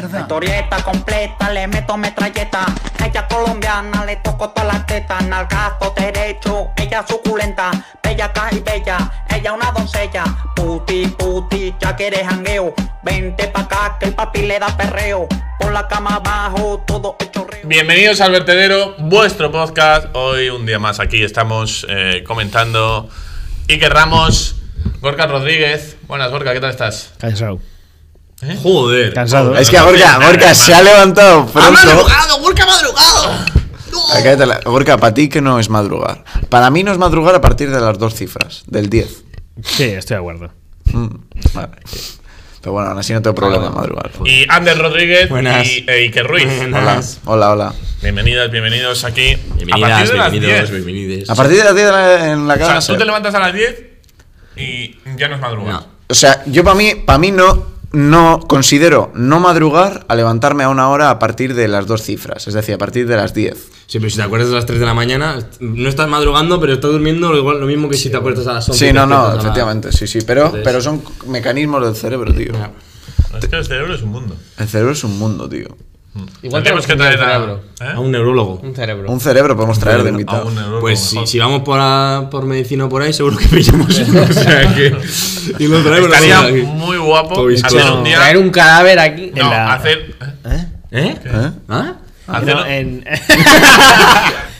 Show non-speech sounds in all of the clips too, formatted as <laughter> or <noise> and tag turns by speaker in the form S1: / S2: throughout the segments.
S1: verdad.
S2: Historieta completa, le meto metralleta. Ella colombiana, le toco toda la teta. Nalgazo derecho, ella suculenta. Bella caja y bella, ella una doncella. Puti, puti, ya que eres jangueo. Vente pa' acá que el papi le da perreo. Por la cama abajo, todo hecho reo.
S3: Bienvenidos al vertedero, vuestro podcast. Hoy un día más aquí estamos eh, comentando Iker Ramos, Gorka Rodríguez. Buenas, Gorka, ¿qué tal estás? ¿Eh?
S4: Cansado.
S3: Joder.
S4: Cansado.
S5: Es que a Gorka, Gorka se ha levantado pronto.
S3: Gorka ha madrugado.
S5: Cállate, Gorka, para ti que no es madrugar. Para mí no es madrugar a partir de las dos cifras, del 10.
S4: Sí, estoy de acuerdo.
S5: Mm, vale. Pero bueno, aún así no tengo problema de madrugar.
S3: Y Ander Rodríguez
S6: Buenas.
S3: y e Iker Ruiz.
S5: Hola, hola, hola.
S3: Bienvenidas, bienvenidos aquí. a
S6: Bienvenidas,
S3: partir de las
S6: bienvenidos,
S3: 10.
S6: bienvenides.
S5: A partir de las 10 de la- en la
S3: O
S5: cama.
S3: sea,
S5: no sé.
S3: tú te levantas a las 10 y ya no es madrugada.
S6: No.
S5: O sea, yo para mí, para mí no, no considero no madrugar a levantarme a una hora a partir de las dos cifras, es decir, a partir de las 10.
S6: Sí, pero si te acuerdas a las 3 de la mañana, no estás madrugando, pero estás durmiendo lo, igual, lo mismo que si te acuerdas a las 11.
S5: Sí,
S6: y te
S5: no, no,
S6: despiertas a la-
S5: efectivamente, sí, sí, pero,
S6: Entonces-
S5: pero son mecanismos del cerebro, tío.
S6: Mira,
S3: Es que el cerebro es un mundo.
S5: El cerebro es un mundo, tío.
S7: Igual
S3: Tendríamos
S7: tenemos
S3: que traer a, ¿eh?
S6: A un neurólogo.
S7: un cerebro.
S5: Un cerebro podemos traer de
S6: cerebro,
S3: a
S5: invitado. <laughs>
S3: un neurólogo.
S6: Pues si,
S3: mejor.
S6: si vamos por, a- por medicina o por ahí, seguro que
S5: <laughs>
S6: pillamos uno. o sea que. Y lo traemos
S3: Estaría
S6: aquí.
S3: muy guapo
S6: Todo bizcocho.
S3: hacer un día.
S7: Traer un cadáver aquí.
S3: No,
S4: en la-
S3: hacer.
S6: ¿Eh?
S5: ¿Eh?
S6: ¿Ah?
S3: hacer
S4: No, en,
S3: <laughs>
S4: <laughs>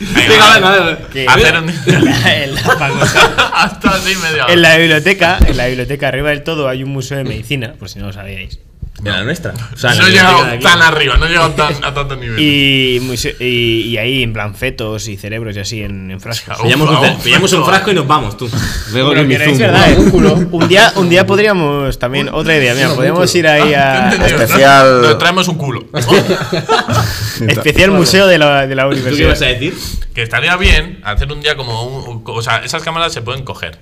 S3: Venga,
S6: Venga,
S3: vale.
S6: venga, venga.
S4: que-
S3: Hacer un
S4: <laughs> en la facultad-
S3: <laughs> Hasta así media hora.
S4: en la biblioteca, en la biblioteca arriba del todo hay un museo de medicina, por si no lo sabíais.
S6: De la nuestra. O sea,
S3: No
S6: la
S3: he
S6: biblioteca de
S3: llegado
S6: aquí.
S3: tan arriba, no he llegado tan, a tanto nivel.
S4: Y, muse- y, y ahí en plan fetos y cerebros y así en, en frascos.
S3: Chao.
S6: Pillamos,
S5: ah,
S3: Uf,
S6: un,
S3: uf,
S6: fra- pillamos un
S3: esto-
S6: frasco y nos vamos, tú. Luego
S4: Bueno,
S6: que mi
S4: que no, es
S6: zumo.
S4: verdad, ¿eh? un, día, un día podríamos también, otra idea, mira, podríamos ir ahí
S3: Ah,
S4: a
S3: ¿te he entendido?
S5: especial-
S3: Nos traemos un culo. <laughs>
S4: especial museo de la, de la
S6: ¿Tú qué vas a
S4: universidad.
S6: decir?
S3: que estaría bien hacer un día como un. O sea, esas cámaras se pueden coger.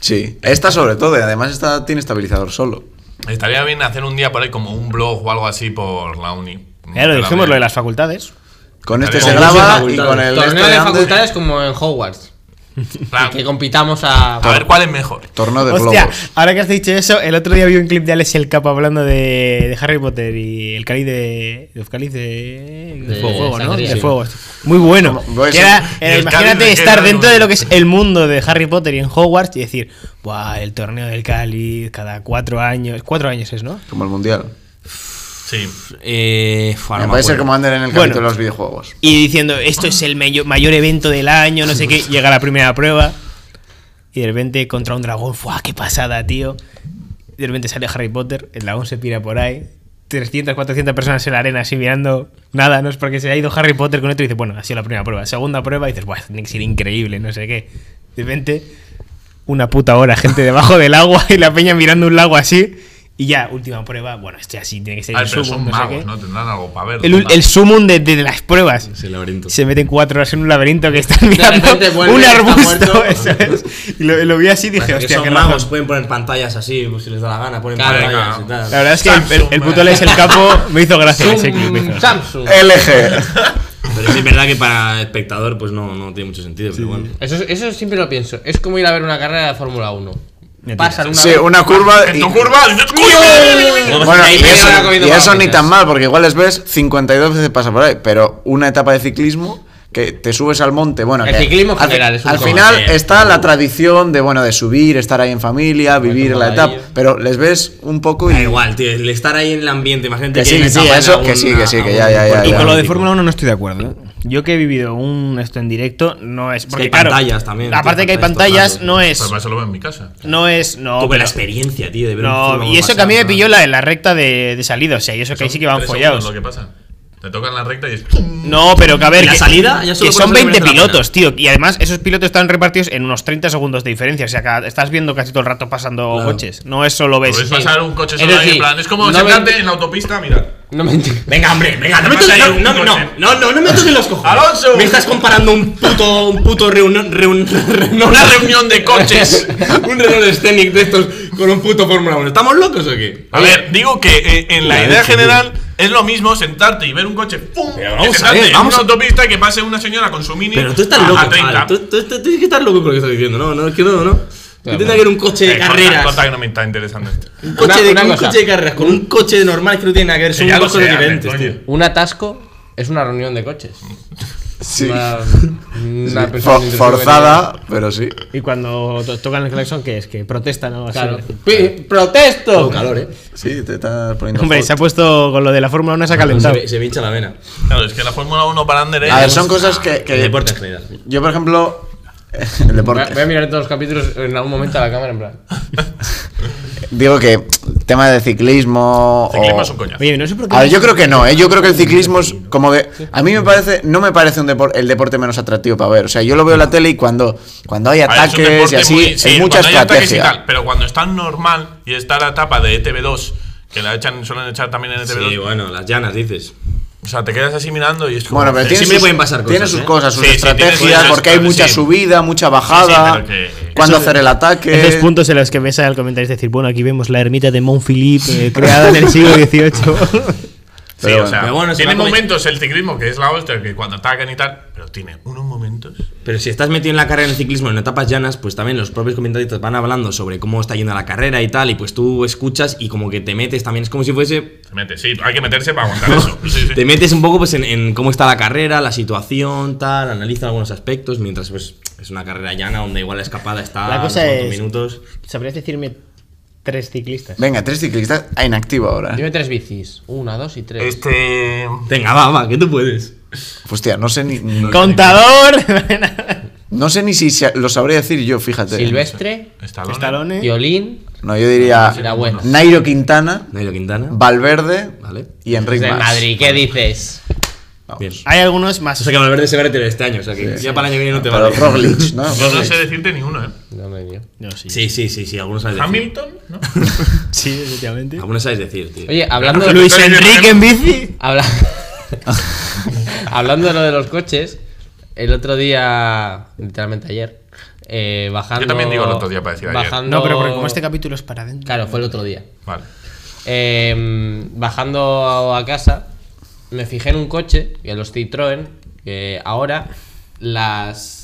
S5: Sí, esta sobre todo, y además esta tiene estabilizador solo.
S3: Estaría bien hacer un día por ahí como un blog o algo así por la uni.
S4: Ya lo dijimos, lo de las facultades.
S5: Con este se
S3: Con
S5: graba
S6: ese
S5: y con el este
S7: Torneo
S5: de
S7: de
S5: antes-
S7: facultades como en Hogwarts.
S3: Plan,
S7: Que compitamos a.
S3: A ver cuál es mejor.
S5: torneo de
S4: Hostia,
S5: globos.
S4: ahora que has dicho eso, el otro día vi un clip de Alex el Capo hablando de, de Harry Potter y el cáliz de. El cáliz de.
S7: De
S4: de fuego, ¿no?
S7: sangría.
S4: De fuego. Muy bueno.
S5: Como- pues,
S4: Que era-
S5: sí.
S4: era-
S3: Y el cáliz
S4: imagínate
S3: de-
S4: estar
S3: era
S4: dentro
S3: un-
S4: de lo que es el mundo de Harry Potter y en Hogwarts y decir, ¡buah! El torneo del cáliz cada cuatro años. Cuatro años es, ¿no?
S5: Como el mundial.
S3: Sí.
S6: Eh, fu, ahora
S5: Me
S6: no
S5: puede ser
S6: acuerdo.
S5: como Ander en el
S4: Bueno.
S5: capítulo de los videojuegos.
S4: Y diciendo, esto es el mayo- mayor evento del año, no sé qué, llega la primera prueba. Y de repente contra un dragón, ¡fuah, qué pasada, tío! Y de repente sale Harry Potter, el dragón se pira por ahí. 300, 400 personas en la arena así mirando. Nada, no es porque se haya ido Harry Potter con otro y dice, bueno, ha sido la primera prueba. Segunda prueba y dices, ¡buah, tiene que ser increíble, no sé qué! De repente, una puta hora, gente debajo del agua <laughs> y la peña mirando un lago así. Y ya, última prueba, bueno, esto así tiene que ser
S3: Ay,
S4: el
S3: Ah, pero
S4: sumum,
S3: son
S4: no sé
S3: magos,
S4: qué.
S3: ¿no? Tendrán algo para ver.
S4: El, ul- el sumum de, de las pruebas.
S6: Ese laberinto.
S4: Se meten cuatro horas en un laberinto que están mirando
S7: repente vuelve
S4: un
S7: y está
S4: arbusto. <laughs>
S7: muerto.
S4: eso es. Y lo, lo vi así y dije,
S6: Parece que
S4: hostia,
S6: son
S4: qué
S6: magos,
S4: raro.
S6: pueden poner pantallas así, pues si les da la gana, ponen
S7: Claro,
S6: pantallas
S3: claro.
S6: y tal.
S4: La verdad es que el, el- el puto Leis el Capo me hizo gracia ese clip. me hizo
S7: Zoom,
S4: gracia.
S7: Samsung.
S5: LG.
S6: Pero sí es verdad que para espectador, pues no, no tiene mucho sentido, pero bueno.
S7: Eso, eso siempre lo pienso. Es como ir a ver una carrera de Fórmula 1. Pasan una
S5: Sí,
S7: vez-
S5: una curva.
S3: En
S5: y-
S3: tu curva.
S5: Bueno,
S7: Ahí
S5: y
S7: me
S5: eso,
S7: habrá comido
S5: y eso ni
S7: palomitas.
S5: tan mal, porque igual les ves 52 veces pasa por ahí, pero una etapa de ciclismo que te subes al monte, bueno,
S7: El
S5: que
S7: ciclismo
S5: al,
S7: general es un
S5: al
S7: coño,
S5: final
S6: eh,
S5: está la
S6: claro.
S5: tradición de bueno de subir, estar ahí en familia, vivir la etapa,
S7: caballo.
S5: pero les ves un poco y
S6: Da igual, tío, el estar ahí en el ambiente, imagínate
S5: Que sí,
S6: en
S5: que
S6: esa
S5: sí,
S6: van a
S5: eso, que
S6: un-
S5: sí, que sí,
S6: a
S5: que
S6: un
S5: ya, ya, ya, ya.
S6: puerto
S4: Y con lo de
S6: olímpico.
S4: Fórmula 1 no estoy de acuerdo. ¿eh? Yo que he vivido un esto en directo, no es. Porque
S6: hay
S4: claro,
S6: pantallas también,
S4: Aparte que hay pantallas,
S6: pantallas todo el rato.
S4: no
S3: Pues
S4: es.
S3: para eso lo veo en mi casa.
S4: No es. No,
S6: Tú,
S4: pero-
S6: pero la experiencia, tío, de ver un
S4: no,
S6: fútbol
S4: y eso que a mí me
S6: pasar,
S4: pilló
S6: ¿no?
S4: la, la recta de, de salida, o sea, y eso que ahí sí que van
S3: Tres
S4: follados.
S3: segundos Lo que pasa. Te tocan la recta y
S6: Pues
S3: es.
S4: No, pero que a ver.
S6: Y la
S4: que-
S6: salida, ya solo
S4: que
S6: por
S4: son
S6: eso merece
S4: 20
S6: la pena.
S4: pilotos, tío. Y además, esos pilotos están repartidos en unos 30 segundos de diferencia. O sea, cada- estás viendo casi todo el rato pasando
S6: Claro.
S4: coches. No es solo ves.
S3: Puedes pasar un coche
S7: Es
S3: solo ahí.
S7: decir,
S3: En plan, es como
S7: no
S3: sentarte
S7: ven-
S3: en la autopista, mira.
S7: No me entiendo.
S6: Venga, hombre, venga, no me
S3: Además,
S6: toques
S3: hay un
S6: no, no, no,
S3: coche.
S6: no, no, no me toques los cojones.
S3: Alonso.
S6: Me estás comparando un puto un puto reunión <laughs> reun, reun-
S3: Una reunión de
S6: <laughs>
S3: coches.
S6: un reunión escénic de estos con un puto Fórmula 1. ¿Estamos locos o qué?
S3: A ver, digo que eh, en la
S6: Mira,
S3: idea
S6: es que-
S3: general es lo mismo sentarte y ver un coche ¡pum!
S6: Pero
S3: que
S6: vamos a
S3: sentarte
S6: ver,
S3: en
S6: vamos
S3: una
S6: a-
S3: autopista y que pase una señora con su mini
S6: Pero tú estás
S3: a-
S6: loco,
S3: a 30.
S6: chaval. Tú, tú- tú tienes que estar loco con lo que estás diciendo. No, no, es que no, no. Yo tendría que ir a un coche de
S3: Eh, corta-
S6: carreras.
S3: corta que no me está interesando esto.
S6: Un coche,
S7: Una-
S6: de,
S7: una
S6: un
S7: cosa.
S6: coche de carreras con un coche normal es que no tiene nada que ver, son
S3: ya
S6: dos
S3: lo
S6: cosas
S3: sé, Ale,
S6: diferentes,
S3: coño.
S6: tío.
S7: Un atasco es una reunión de coches.
S5: Sí. <laughs>
S7: Una, una
S5: Sí,
S7: persona
S5: for-
S7: de
S5: forzada, pero sí.
S4: Y cuando to- tocan el claxon, ¿qué es? Que protestan o algo así.
S7: Claro. Pi- ¡Protesto!
S6: Todo calor, eh.
S5: Sí, te estás poniendo.
S4: Hombre,
S5: hot.
S4: se ha puesto con lo de la Fórmula 1 se ha
S6: Se
S4: calentado.
S6: me, se me hincha la vena.
S3: Claro, es que la Fórmula 1 para Ander es.
S5: A ver, son cosas que. que-
S6: El deporte en general.
S5: Yo, por ejemplo. <laughs> El
S7: Voy a, voy a
S5: deporte.
S7: mirar todos los capítulos en algún momento a la cámara en plan.
S5: <laughs> Digo que tema de ciclismo.
S3: Ciclismo
S5: o-
S3: es un coñazo.
S4: Oye, no sé por qué.
S5: A ver,
S4: no-
S5: yo creo que no, ¿eh? Yo creo que el ciclismo es como que... A mí me parece... No me parece un depor- el deporte menos atractivo para ver. O sea, yo lo veo en la tele y cuando, cuando hay
S3: A ver, es un
S5: ataques
S3: deporte
S5: y así,
S3: muy- sí,
S5: es mucha
S3: cuando hay ataques y
S5: estrategia.
S3: tal, pero cuando está normal y está la etapa de E ETV2, que la echan, suelen echar también en E ETV2,
S6: Sí, bueno, las llanas, dices.
S3: o sea, te quedas así mirando y es como.
S5: Bueno, pero
S3: "Joder".
S5: tiene
S6: siempre
S5: sus,
S6: pueden pasar
S5: tiene
S6: cosas,
S5: sus
S6: ¿eh?
S5: cosas, sus
S3: Sí, sí, tiene
S5: estrategias,
S3: cosas,
S5: porque hay
S3: claro,
S5: mucha
S3: sí.
S5: subida, mucha bajada,
S3: Sí, sí, pero que-
S5: cuándo
S4: Eso-
S5: hacer el ataque...
S4: Esos puntos en los que ves al comentarista decir, bueno, aquí vemos la ermita de Montphilippe eh, creada en el siglo XVIII.
S3: Sí,
S5: Pero
S3: o sea,
S5: bueno.
S6: Pero bueno, se
S3: tiene
S6: va a comer-
S3: momentos el ciclismo que es la hostia, que cuando atacan y tal, pero tiene unos momentos.
S6: Pero si estás metido en la carrera en el ciclismo en etapas llanas, pues también los propios comentaristas van hablando sobre cómo está yendo la carrera y tal, y pues tú escuchas y como que te metes también, es como si fuese...
S3: Se mete, sí, hay que meterse para aguantar
S6: <laughs>
S3: eso. Sí, sí.
S6: Te metes un poco pues en, en cómo está la carrera, la situación, tal, analiza algunos aspectos, mientras pues es una carrera llana donde igual la escapada está
S4: La cosa
S6: no sé cuántos
S4: es-
S6: minutos.
S4: ¿Sabrías decirme tres ciclistas?
S5: Venga, tres ciclistas ah, inactivo ahora.
S7: Dime tres bicis. Una, dos y tres.
S3: Este.
S6: Venga, va, va, que tú puedes.
S5: Hostia, no sé ni...
S4: <laughs>
S5: ni-
S4: ¡Contador!
S5: No sé ni si se- lo sabría decir yo, fíjate.
S7: <laughs> Silvestre,
S3: Estalone.
S4: Estalone.
S7: Violín,
S5: No, yo diría
S7: pues Será bueno.
S5: Nairo Quintana,
S6: Nairo Quintana.
S5: Valverde
S6: Vale.
S5: y Enrique
S7: de
S5: Mas.
S7: Madrid, ¿qué dices?
S5: Vamos.
S6: Bien.
S4: Hay algunos
S6: O
S4: más.
S6: sea que Valverde se va a retirar este año, o sea que ya para el año que viene no te va
S5: Pero
S6: a
S5: Roglic, ¿no?
S3: Yo no sé decirte ni uno, ¿eh?
S7: No me dio.
S4: No, sí.
S6: Sí, sí, sí, sí, algunos sabes decir.
S3: Hamilton, ¿no?
S4: Sí, efectivamente.
S5: Ah,
S6: Algunos sabes decir, tío.
S7: Oye, hablando de
S4: Luis Enrique en bici.
S7: Habla- <laughs> Hablando de lo de los coches, el otro día, literalmente ayer, eh, bajando.
S3: Yo también digo el otro día, para decir ayer.
S7: bajando-
S4: No, pero porque como este capítulo es para dentro.
S7: Claro, fue el otro día.
S3: Vale.
S7: Eh, bajando a casa, me fijé en un coche, que los Citroën, que ahora las.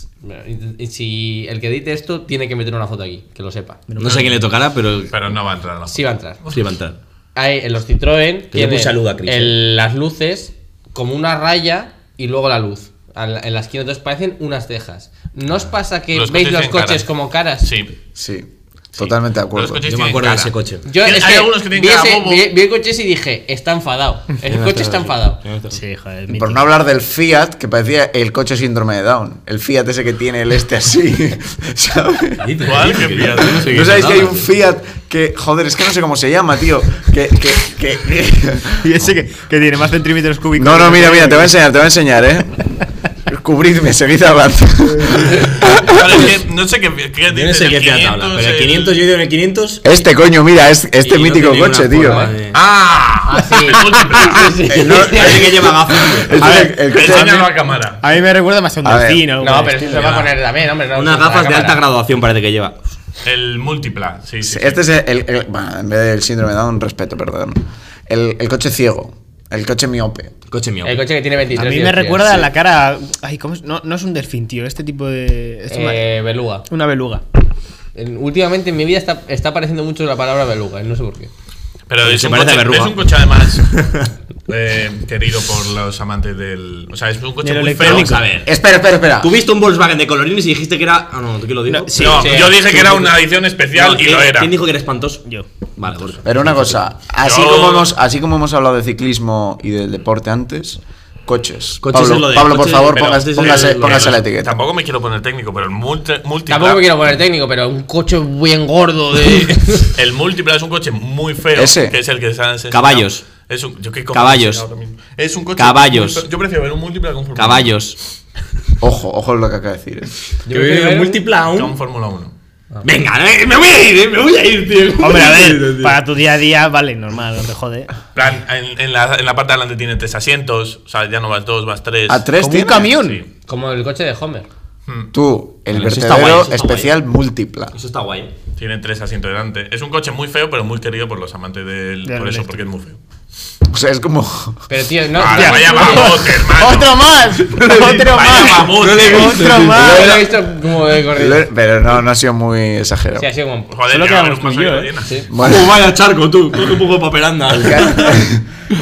S7: y Si el que edite esto tiene que meter una foto aquí, que lo sepa.
S6: No sé a quién le tocará, pero
S3: Pero no va a entrar a la
S7: Sí va a entrar.
S6: sí va a entrar.
S7: Ahí, en los Citroën
S6: Que yo
S7: tiene
S6: puse a Luga, Chris,
S7: el- las luces como una raya y luego la luz a la- en la esquina. Entonces parecen unas cejas. ¿No os pasa que
S3: Los
S7: veis
S3: coches
S7: los
S3: tienen
S7: coches
S3: cara.
S7: como caras?
S3: Sí.
S5: Sí, totalmente de acuerdo.
S3: Los coches
S6: Yo me
S3: tienen
S6: acuerdo de
S3: cara.
S6: ese coche.
S7: Yo,
S3: Tiene-
S7: es
S3: hay
S7: que
S3: algunos que tienen
S7: vi,
S3: cara
S7: ese-
S3: bobo.
S7: vi- vi coches y dije,
S4: <laughs>
S7: está enfadado. El coche está enfadado.
S4: Sí, joder.
S5: Por no hablar del Fiat, que parecía el coche síndrome de Down. El Fiat ese que tiene el este así, <laughs> ¿sabes?
S3: ¿Cuál? ¿Qué pillas?
S5: ¿No sabéis que hay un Fiat que, joder, es que no sé cómo se llama, tío? Que, que, que-
S4: <laughs> Y ese que, que tiene más centímetros cúbicos.
S5: No, no, mira, mira, te voy a enseñar, te voy a enseñar, ¿eh? Cubridme, seguid hablando.
S3: Claro, es que no sé qué, qué
S6: Yo
S3: dices,
S6: no sé qué
S3: el
S6: hace la tabla, pero el 500 yo he ido en el 500.
S5: Este coño, mira, es- este
S6: y no
S5: mítico
S6: tenía
S5: coche,
S6: una
S5: tío.
S6: forma de-
S3: ¡Ah!
S7: Ah, sí.
S3: El múltiple.
S7: Sí, sí.
S5: no,
S6: Parece que lleva gafas.
S5: Este
S3: A
S5: es
S3: ver,
S5: el- el coche
S3: enséñalo a cámara.
S4: A mí me recuerda más a un
S5: A ver.
S4: delfín o algo
S7: No,
S4: por
S7: pero
S4: el
S7: eso
S4: estilo.
S7: se va a poner también, hombre. no,
S6: Unas
S7: no,
S6: gafas de
S7: la cámara.
S6: alta graduación parece que lleva.
S3: El múltipla, sí, sí. sí.
S5: Este es el, el- el- bueno, en vez del síndrome de Down, respeto, perdón. El, el coche ciego, el coche miope.
S6: Coche mío.
S7: El coche que tiene 23
S4: A mí me
S7: dioptrías.
S4: recuerda a la cara. Ay, ¿cómo es? No, no es un delfín, tío. Este tipo de. es una-
S7: Eh, beluga.
S4: una beluga.
S7: En- Últimamente en mi vida está, está apareciendo mucho la palabra beluga, y no sé por qué.
S3: Pero
S6: Se
S3: es un,
S6: parece a
S3: coche,
S6: verruga.
S3: es un coche
S6: <laughs>
S3: además eh, querido por los amantes del. O sea, es un coche
S4: Del
S3: muy feo.
S4: electrónico.
S3: A ver.
S5: Espera, espera, espera.
S6: Tú viste un Volkswagen de colorines y dijiste que era. Ah, no, ¿tú qué lo digo?
S4: No, sí.
S3: no, yo dije que era
S6: sí.
S3: una edición especial
S6: No,
S3: y
S6: ¿quién-
S3: lo era.
S6: ¿Quién dijo que era espantoso?
S4: Yo.
S6: Vale, Borja.
S5: Pero una cosa, así,
S3: Yo-
S5: como hemos, así como hemos hablado de ciclismo y del deporte antes, coches.
S6: Coches
S5: Pablo,
S6: es lo de-
S5: Pablo, por
S6: coches-
S5: favor,
S6: pero-
S5: póngase,
S6: coches es
S5: póngase-
S6: lo-
S5: póngase
S3: Pero
S5: la etiqueta.
S3: Tampoco me quiero poner técnico, pero el multi- múltipla.
S7: Tampoco me quiero poner técnico, pero un coche bien gordo de.
S3: <laughs> El múltipla es un coche muy feo.
S5: Ese.
S3: Que es el que están. enseñando.
S6: Caballos.
S3: Es un, yo que
S6: Caballos.
S3: Es un coche.
S6: Caballos.
S3: muy feo. Yo prefiero ver un múltipla con Fórmula
S6: Caballos.
S5: Ojo, ojo lo que acaba de decir. eh.
S7: Yo creo que era-
S6: múltipla
S3: 1. Con Fórmula 1.
S6: Venga, eh, me voy a ir, eh, me voy a ir, tío.
S4: Hombre, a
S5: <laughs>
S4: ver, para tu día a día, vale, normal, no te jode.
S3: plan, en, en la, en la parte de adelante tiene tres asientos. O sea, ya no vas dos, vas tres.
S5: A tres
S4: Como un
S5: tiene.
S4: camión.
S7: Como el coche de Homer.
S5: Tú, el
S6: Bueno, eso está
S5: vertedero
S6: guay, eso está
S5: especial múltipla.
S6: Eso está guay.
S3: Tiene tres asientos delante. Es un coche muy feo, pero muy querido por los amantes del.
S4: Del
S3: por eso,
S4: electro.
S3: porque es muy feo.
S5: O sea, es como.
S7: Pero tío, no.
S6: Ah,
S3: Ahora,
S7: ya.
S3: vaya mamut, hermano.
S4: ¡Otro más! ¡Otro
S3: Vaya
S4: más!
S3: mamut.
S4: ¡Otro
S5: Ah,
S4: más!
S7: Yo lo he visto como de corrido.
S5: Pero no, no ha sido muy exagerado.
S7: Sí, ha sido como.
S3: Joder,
S4: Solo
S3: ya,
S4: quedamos
S3: menos
S4: tú y
S3: mal
S4: yo,
S3: que
S4: ¿eh?
S3: lo llenas.
S7: Sí.
S5: Bueno.
S6: Uh, vaya charco, tú. Coge un poco de paperanda.
S5: El ca-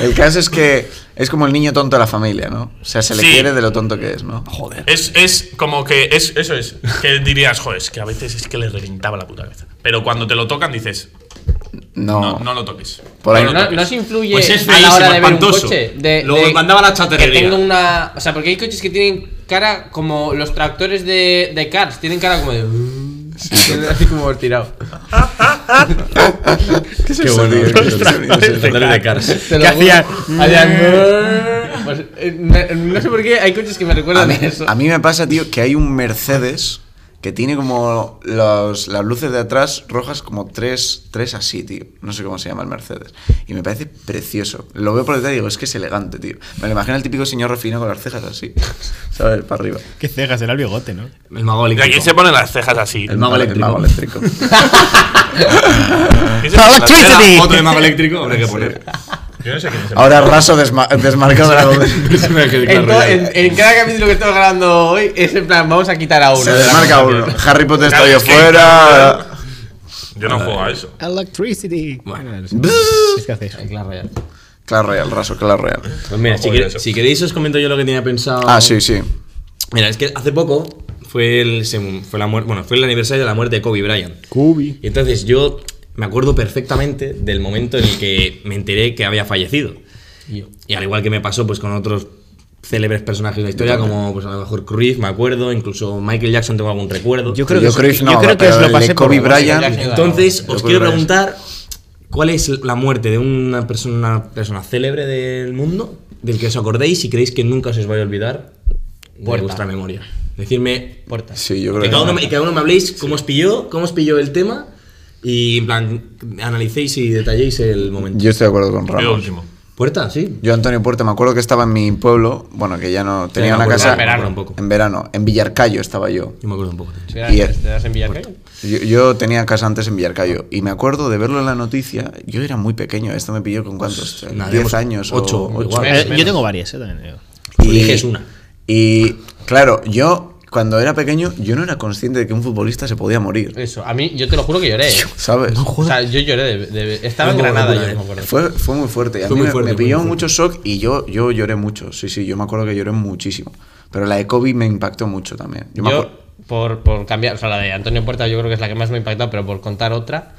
S5: el caso es que es como el niño tonto de la familia, ¿no? O sea, se le
S3: Sí.
S5: quiere de lo tonto que es, ¿no?
S4: Joder.
S3: Es, es como que es, eso es. Que dirías, joder, es que a veces es que le reventaba la puta cabeza. Pero cuando te lo tocan dices, no,
S5: No.
S3: no lo toques.
S5: Por ahí
S7: Pero
S3: no
S7: no,
S3: toques.
S7: no se influye
S6: Pues es
S7: a la
S6: feísimo,
S7: hora de ver un
S6: espantoso.
S7: coche. De,
S6: Luego
S7: de
S6: mandaba a la
S7: que
S6: chatarrería.
S7: tenga una. O sea, porque hay coches que tienen cara como los tractores de, de Cars. Tienen cara como de. <laughs> Tienen así como estirado.
S5: ¿Qué, bueno,
S6: Dale de Cars.
S7: Te lo
S4: ¿Qué <laughs>
S7: juro.
S4: hacía? Mm.
S7: Hacían- Pues, eh, me- no sé por qué hay coches que me
S5: A
S7: recuerdan
S5: mí,
S7: a eso.
S5: a mí me pasa, tío, que hay un Mercedes que tiene como los- las luces de atrás rojas como tres, tres así, tío. No sé cómo se llama el Mercedes. Y me parece precioso. Lo veo por detrás y digo, es que es elegante, tío. Me lo imagino el típico señor refino con las cejas así. <laughs> ¿Sabes? Para arriba.
S4: Qué cejas, será el bigote, ¿no?
S6: El mago
S3: Y aquí
S6: eléctrico.
S3: se ponen las cejas así.
S6: El mago eléctrico.
S5: mago eléctrico.
S3: Y se ponen las
S4: Electricity.
S3: cejas-
S6: Foto de mago eléctrico habrá que poner.
S3: Yo no sé quién es el-
S5: <laughs> Ahora raso desma- desmarcado de la
S6: Es una que-
S7: En,
S6: claro,
S7: to-
S6: ya.
S7: en- en cada capítulo que estamos grabando hoy es en plan, vamos a quitar a uno.
S4: <laughs>
S5: Se
S7: de la
S5: desmarca uno.
S7: conversación.
S5: Harry Potter está ahí
S3: Es que-
S5: afuera.
S3: Yo no juego a eso.
S4: Electricity.
S6: Bueno.
S4: no sé. Es que hacéis.
S7: Ay, claro, ya.
S5: Claro Real, raso, claro Real.
S6: Pues mira,
S3: No
S6: si,
S3: podría
S6: quere-
S3: ser.
S6: si queréis os comento yo lo que tenía pensado.
S5: Ah, sí, sí.
S6: Mira, es que hace poco fue el, se- fue la muer- bueno, fue el aniversario de la muerte de Kobe Bryant.
S4: Kubi.
S6: Y entonces yo me acuerdo perfectamente del momento en el que me enteré que había fallecido. Y al igual que me pasó pues con otros célebres personajes de la historia, como pues a lo mejor Cruyff, me acuerdo, incluso Michael Jackson tengo algún recuerdo.
S4: Yo creo que,
S5: Yo creo que no,
S4: yo creo que
S5: pero
S4: os
S5: el
S4: lo
S5: de
S4: pasé por
S5: Kobe
S4: WhatsApp.
S5: Bryant-
S6: Ah, Entonces,
S5: Yo
S6: os
S5: creo
S6: quiero
S5: que es.
S6: preguntar, ¿cuál es la muerte de una persona, una persona célebre del mundo del que os acordéis y creéis que nunca se os vaya a olvidar de
S7: Puerta.
S6: vuestra memoria? Decirme,
S7: Puerta.
S5: Sí, yo creo
S6: que
S5: que.
S6: cada, uno, me- y cada uno me habléis cómo os pilló, cómo os pilló el tema y en plan analicéis y detalléis el momento.
S5: Yo estoy de acuerdo con
S3: Yo
S5: Ramos.
S3: último.
S6: Puerta, sí.
S5: Yo, Antonio Puerta, me acuerdo que estaba en mi pueblo, bueno, que ya no tenía
S6: me
S5: una
S6: acuerdo,
S5: casa.
S6: me acuerdo un poco.
S5: En verano, en Villarcayo estaba yo.
S6: Yo me acuerdo un poco.
S7: Si eras-
S5: Y el-
S7: te das en Villarcayo.
S5: yo. Yo tenía casa antes en Villarcayo y me acuerdo de verlo en la noticia. Yo era muy pequeño, esto me pilló con cuántos,
S6: nada,
S5: 10
S6: digamos
S5: años,
S6: Pues, ocho,
S5: o,
S6: igual.
S4: Eh,
S7: menos.
S4: yo tengo varias, eh, también. digo.
S6: Eliges una.
S5: Y claro, yo cuando era pequeño, yo no era consciente de que un futbolista se podía morir,
S7: Eso, a mí, yo te lo juro que lloré.
S6: <laughs>
S7: eh.
S5: ¿sabes?
S7: O sea, yo lloré. de- de- estaba en
S6: Yo me acuerdo
S7: Granada,
S6: de
S7: yo
S6: una,
S7: no me
S6: eh.
S7: acuerdo.
S5: Fue, fue muy fuerte. y A
S6: Fue
S5: mí
S6: muy
S5: me-
S6: fuerte,
S5: me
S6: fue
S5: pilló
S6: muy fuerte.
S5: mucho shock y yo, yo lloré mucho. Sí, sí, yo me acuerdo que lloré muchísimo. Pero la de Kobe me impactó mucho también. Yo me
S7: Yo,
S5: acuer-
S7: por, por cambiar, o sea, la de Antonio Puerta yo creo que es la que más me ha impactado, pero por contar otra,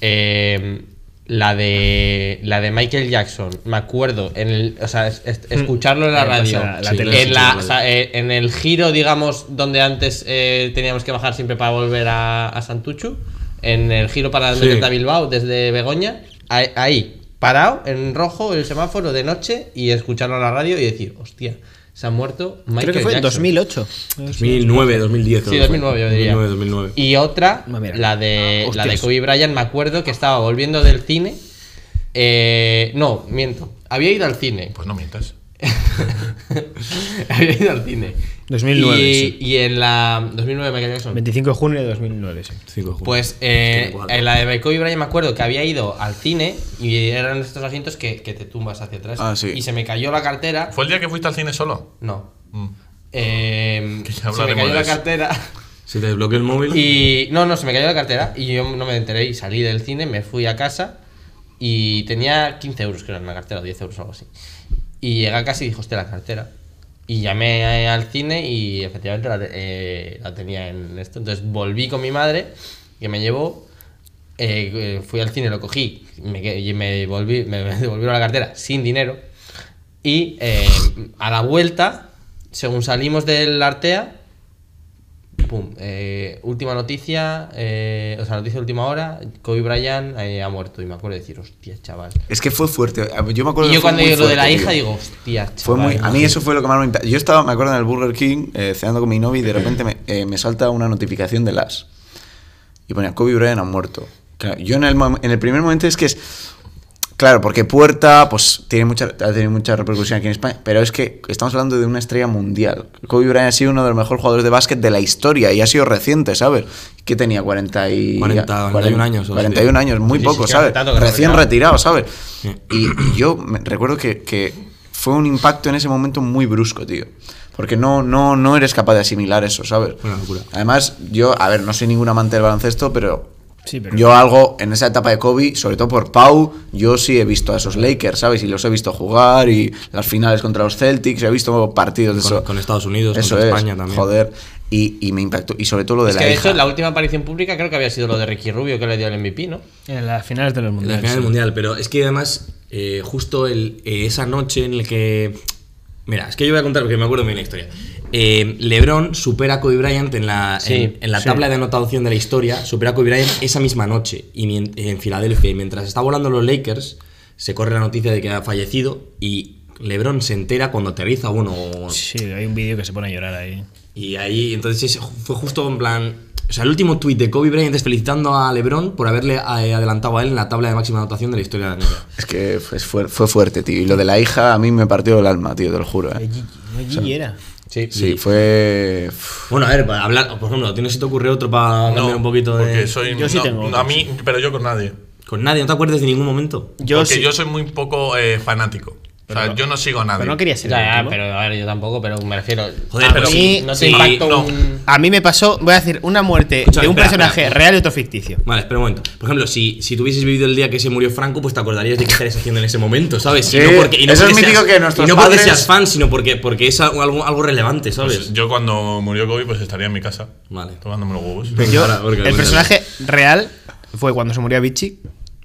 S7: eh, la de la de Michael Jackson, me acuerdo, en el, o sea, es- es- escucharlo en la
S4: Eh, pues,
S7: radio,
S4: la- la
S7: Sí,
S4: tele,
S7: en,
S4: sí,
S7: la-
S6: la
S7: o sea, eh, en el giro, digamos, donde antes eh, teníamos que bajar siempre para volver a, a Santuchu, en el giro para
S6: Sí.
S7: donde está Bilbao, desde Begoña, ahí, ahí, parado, en rojo, el semáforo de noche, y escucharlo en la radio y decir, hostia, se ha muerto Michael
S4: Creo que fue en
S7: Jackson.
S4: 2008.
S6: 2009, 2010.
S7: Sí, 2009 yo diría.
S6: 2009, 2009.
S7: Y otra,
S4: Ah, mira.
S7: la de, la
S4: Hostias.
S7: de Kobe Bryant, me acuerdo que estaba volviendo del cine. eh, no, miento. Había ido al cine. <laughs>
S3: Pues no mientas.
S7: Había ido al cine.
S4: 2009,
S7: Y,
S4: sí.
S7: y en la... 2009 Michael Jackson.
S4: 25 de junio de 2009, sí.
S6: Cinco de junio.
S7: Pues eh,
S6: Tiene cuatro.
S7: en la de Kobe Bryant me acuerdo que había ido al cine y eran estos asientos que, que te tumbas hacia atrás.
S5: Ah, sí.
S7: Y se me cayó la cartera.
S3: ¿Fue el día que fuiste al cine solo?
S7: No.
S3: Mm.
S7: Eh,
S3: Que ya
S7: se me
S3: hablaremos
S7: cayó
S3: de
S7: la
S3: eso.
S7: cartera.
S6: Se te desbloqueó el móvil.
S7: Y no, no, se me cayó la cartera y yo no me enteré y salí del cine, me fui a casa y tenía 15 euros, creo, en la cartera, 10 euros o algo así. Y llegué a casa y dije, hostia, la cartera. Y llamé eh, al cine y efectivamente la, te- eh, la tenía en esto. Entonces volví con mi madre, que me llevó, eh, eh, fui al cine, lo cogí y me, que- y me, volví, me me devolvieron la cartera sin dinero. Y eh, a la vuelta, según salimos del Artea, Pum. eh, última noticia, eh, o sea, noticia de última hora, Kobe Bryant eh, ha muerto. Y me acuerdo de decir, hostia, chaval.
S5: Es que fue fuerte. Yo me acuerdo que
S7: Y yo
S5: fue
S7: cuando
S5: muy
S7: digo lo de la
S5: fuerte,
S7: hija
S5: tío.
S7: digo, hostia, chaval.
S5: Fue muy, a mí eso fue lo que más me impactó. Yo estaba, me acuerdo, en el Burger King eh, cenando con mi novia y de repente me, eh, me salta una notificación de las. Y ponía, Kobe Bryant ha muerto. Claro, yo en el, mom- en el primer momento es que es... Claro, porque Puerta pues, tiene mucha, ha tenido mucha repercusión aquí en España, pero es que estamos hablando de una estrella mundial. Kobe Bryant ha sido uno de los mejores jugadores de básquet de la historia y ha sido reciente, ¿sabes? Que tenía 40 y,
S6: 40, 41 años, o
S5: 41 años, muy
S7: Sí, sí,
S5: poco,
S7: es que hace
S5: ¿sabes?
S7: tanto que no
S5: Recién retirado,
S7: retirado.
S5: ¿sabes? Y, y yo me- recuerdo que, que fue un impacto en ese momento muy brusco, tío. Porque no, no, no eres capaz de asimilar eso, ¿sabes?
S6: Una locura.
S5: Además, yo, a ver, no soy ningún amante del baloncesto, pero
S4: Sí, pero-
S5: yo algo en esa etapa de Kobe, sobre todo por Pau, yo sí he visto a esos Lakers, ¿sabes? Y los he visto jugar y las finales contra los Celtics, he visto partidos de
S6: Con-
S5: eso.
S6: con Estados Unidos,
S5: eso
S6: contra
S5: es,
S6: España también.
S5: Joder, y, y me impactó. Y sobre todo lo de
S7: Es
S5: la
S7: que de hecho
S5: hija.
S7: la última aparición pública creo que había sido lo de Ricky Rubio que le dio el MVP, ¿no?
S4: En las finales de los
S6: En la
S4: mundiales.
S6: final del
S4: sí.
S6: mundial, pero es que además, eh, justo el, eh, esa noche en la que. Mira, es que yo voy a contar porque me acuerdo bien la historia. Eh, LeBron supera a Kobe Bryant en la,
S7: Sí,
S6: en, en la tabla de anotación de la historia, supera a Kobe Bryant esa misma noche y mien- en Filadelfia. Y mientras está volando los Lakers, se corre la noticia de que ha fallecido y LeBron se entera cuando aterriza, bueno, o-
S4: Sí, hay un vídeo que se pone a llorar ahí.
S6: y ahí, entonces ese fue justo en plan. O sea, el último tuit de Kobe Bryant es felicitando a LeBron por haberle eh, adelantado a él en la tabla de máxima anotación de la historia de la NBA.
S5: Es que fue, fue- fue fuerte, tío. Y lo de la hija a mí me partió el alma, tío, te lo juro. ¿eh?
S4: No, Gigi era.
S7: Sí.
S5: Sí, fue.
S6: Bueno, a ver, para hablar, por ejemplo, ¿tienes si te ocurre otro para cambiar un poquito de.
S3: porque soy.
S4: Yo sí
S3: no,
S4: tengo
S3: no, a mí, pero yo con nadie.
S6: Con nadie, no te acuerdes de ningún momento.
S4: Yo
S3: porque
S4: sí.
S3: yo soy muy poco eh, fanático. o sea, yo no sigo a nadie.
S4: Pero no quería ser.
S7: Ya,
S4: el
S7: ya,
S4: último.
S7: ah, pero a ver, yo tampoco, pero me refiero.
S3: Joder,
S7: Ah,
S3: pero
S7: pues
S4: sí,
S7: no
S3: sí,
S7: te impacta
S3: no.
S7: un.
S4: A mí me pasó, voy a decir, una muerte
S6: Escucha,
S4: de un
S6: espera,
S4: personaje
S6: espera.
S4: real y otro ficticio.
S6: Vale, espera un momento. Por ejemplo, si, si tuvieses vivido el día que se murió Franco, pues te acordarías de qué estarías haciendo en ese momento, ¿sabes?
S5: Sí, eso es mítico que nuestros
S6: Y no porque
S5: padres-
S6: seas fan, sino porque, porque es algo, algo- algo relevante, ¿sabes?
S3: Pues yo cuando murió Kobe, pues estaría en mi casa.
S6: Vale.
S3: Tomándome los huevos.
S4: Yo,
S6: Ahora, porque-
S4: el personaje real fue cuando se murió Vichy.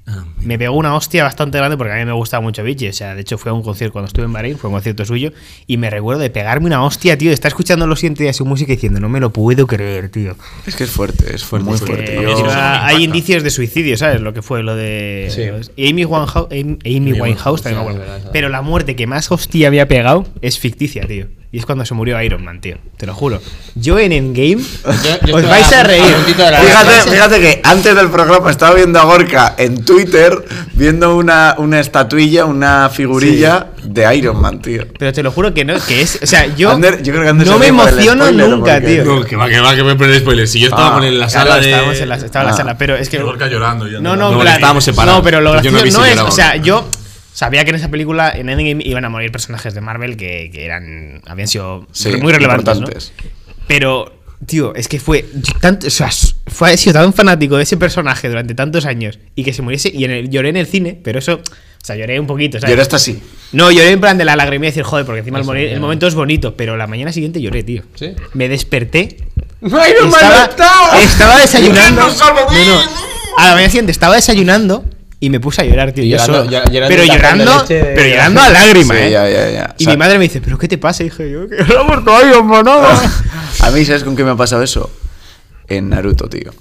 S6: Ah,
S4: Me pegó una hostia bastante grande porque a mí me gustaba mucho Vichy. O sea, de hecho, fue a un concierto cuando estuve en Bahrein, fue a un concierto suyo. Y me recuerdo de pegarme una hostia, tío. de estar escuchando los siguiente día su música y diciendo, no me lo puedo creer, tío.
S5: Es que es fuerte, es muy
S7: Pues,
S5: fuerte.
S4: Que
S5: Yo-
S3: sí me
S4: iba- hay
S3: impacta.
S4: indicios de suicidio, ¿sabes? Lo que fue lo de.
S7: Sí.
S4: Amy, Winehouse, Amy, Amy Winehouse también me
S7: sí,
S4: acuerdo.
S7: es verdad, es verdad.
S4: Pero la muerte que más hostia había pegado es ficticia, tío. Y es cuando se murió Iron Man, tío. Te lo juro. Yo en Endgame.
S7: Yo- yo
S4: os
S7: estoy
S4: vais a
S7: a-
S4: reír.
S7: a puntito de la-
S5: Fíjate, fíjate que antes del programa estaba viendo a Gorka en Twitter viendo una, una estatuilla, una figurilla de Iron Man, tío.
S4: Pero te lo juro que no, que es. O sea, yo.
S5: Ander- yo creo que Ander
S4: no
S5: se
S4: me
S5: ríe por el
S4: emociono
S5: spoiler,
S4: nunca,
S5: porque-
S4: tío.
S6: No, que va, que va, que me pone spoiler. Si yo estaba
S5: Ah,
S6: con él en la
S4: Claro,
S6: sala de.
S4: estábamos en la, estaba en la
S5: Ah.
S4: sala, pero es que.
S3: Yo Gorka llorando. y
S4: No,
S3: andando.
S4: no,
S6: No,
S4: claro,
S6: estábamos separados.
S4: No, pero lo
S6: Yo no
S4: gracioso
S6: vi si
S4: no es. O
S6: llorábamos.
S4: sea, yo sabía que en esa película, en Endgame, iban a morir personajes de Marvel que, que eran. habían sido
S5: Sí,
S4: muy relevantes. ¿no?
S5: importantes.
S4: Pero, tío, es que fue. yo Tanto, o sea, fue, he sido tan fanático de ese personaje durante tantos años y que se muriese. Y en el- lloré en el cine, pero eso. O sea, lloré un poquito. ¿sabes?
S5: Lloraste así.
S4: No, lloré en plan de la lagrimilla y decir, joder, porque encima el,
S7: Eso,
S4: morir- el
S7: ya.
S4: momento es bonito, pero la mañana siguiente lloré, tío.
S7: Sí.
S4: Me desperté
S7: Iron Man no
S4: estaba,
S7: está.
S4: estaba desayunando. No, no. A la mañana siguiente estaba desayunando y me puse a llorar, tío.
S7: Y
S4: yo
S7: llorando-
S4: solo.
S7: llor- llorando
S4: pero
S7: un tapón de
S4: llorando,
S7: leche de-
S4: pero llorando a lágrima,
S5: Sí,
S4: eh.
S5: ya, ya, ya.
S4: Y
S5: O sea,
S4: mi madre me dice, ¿pero qué te pasa, hijo? Y yo, que no ha muerto Iron Man, no".
S5: A mí, ¿sabes con qué me ha pasado eso? En Naruto, tío.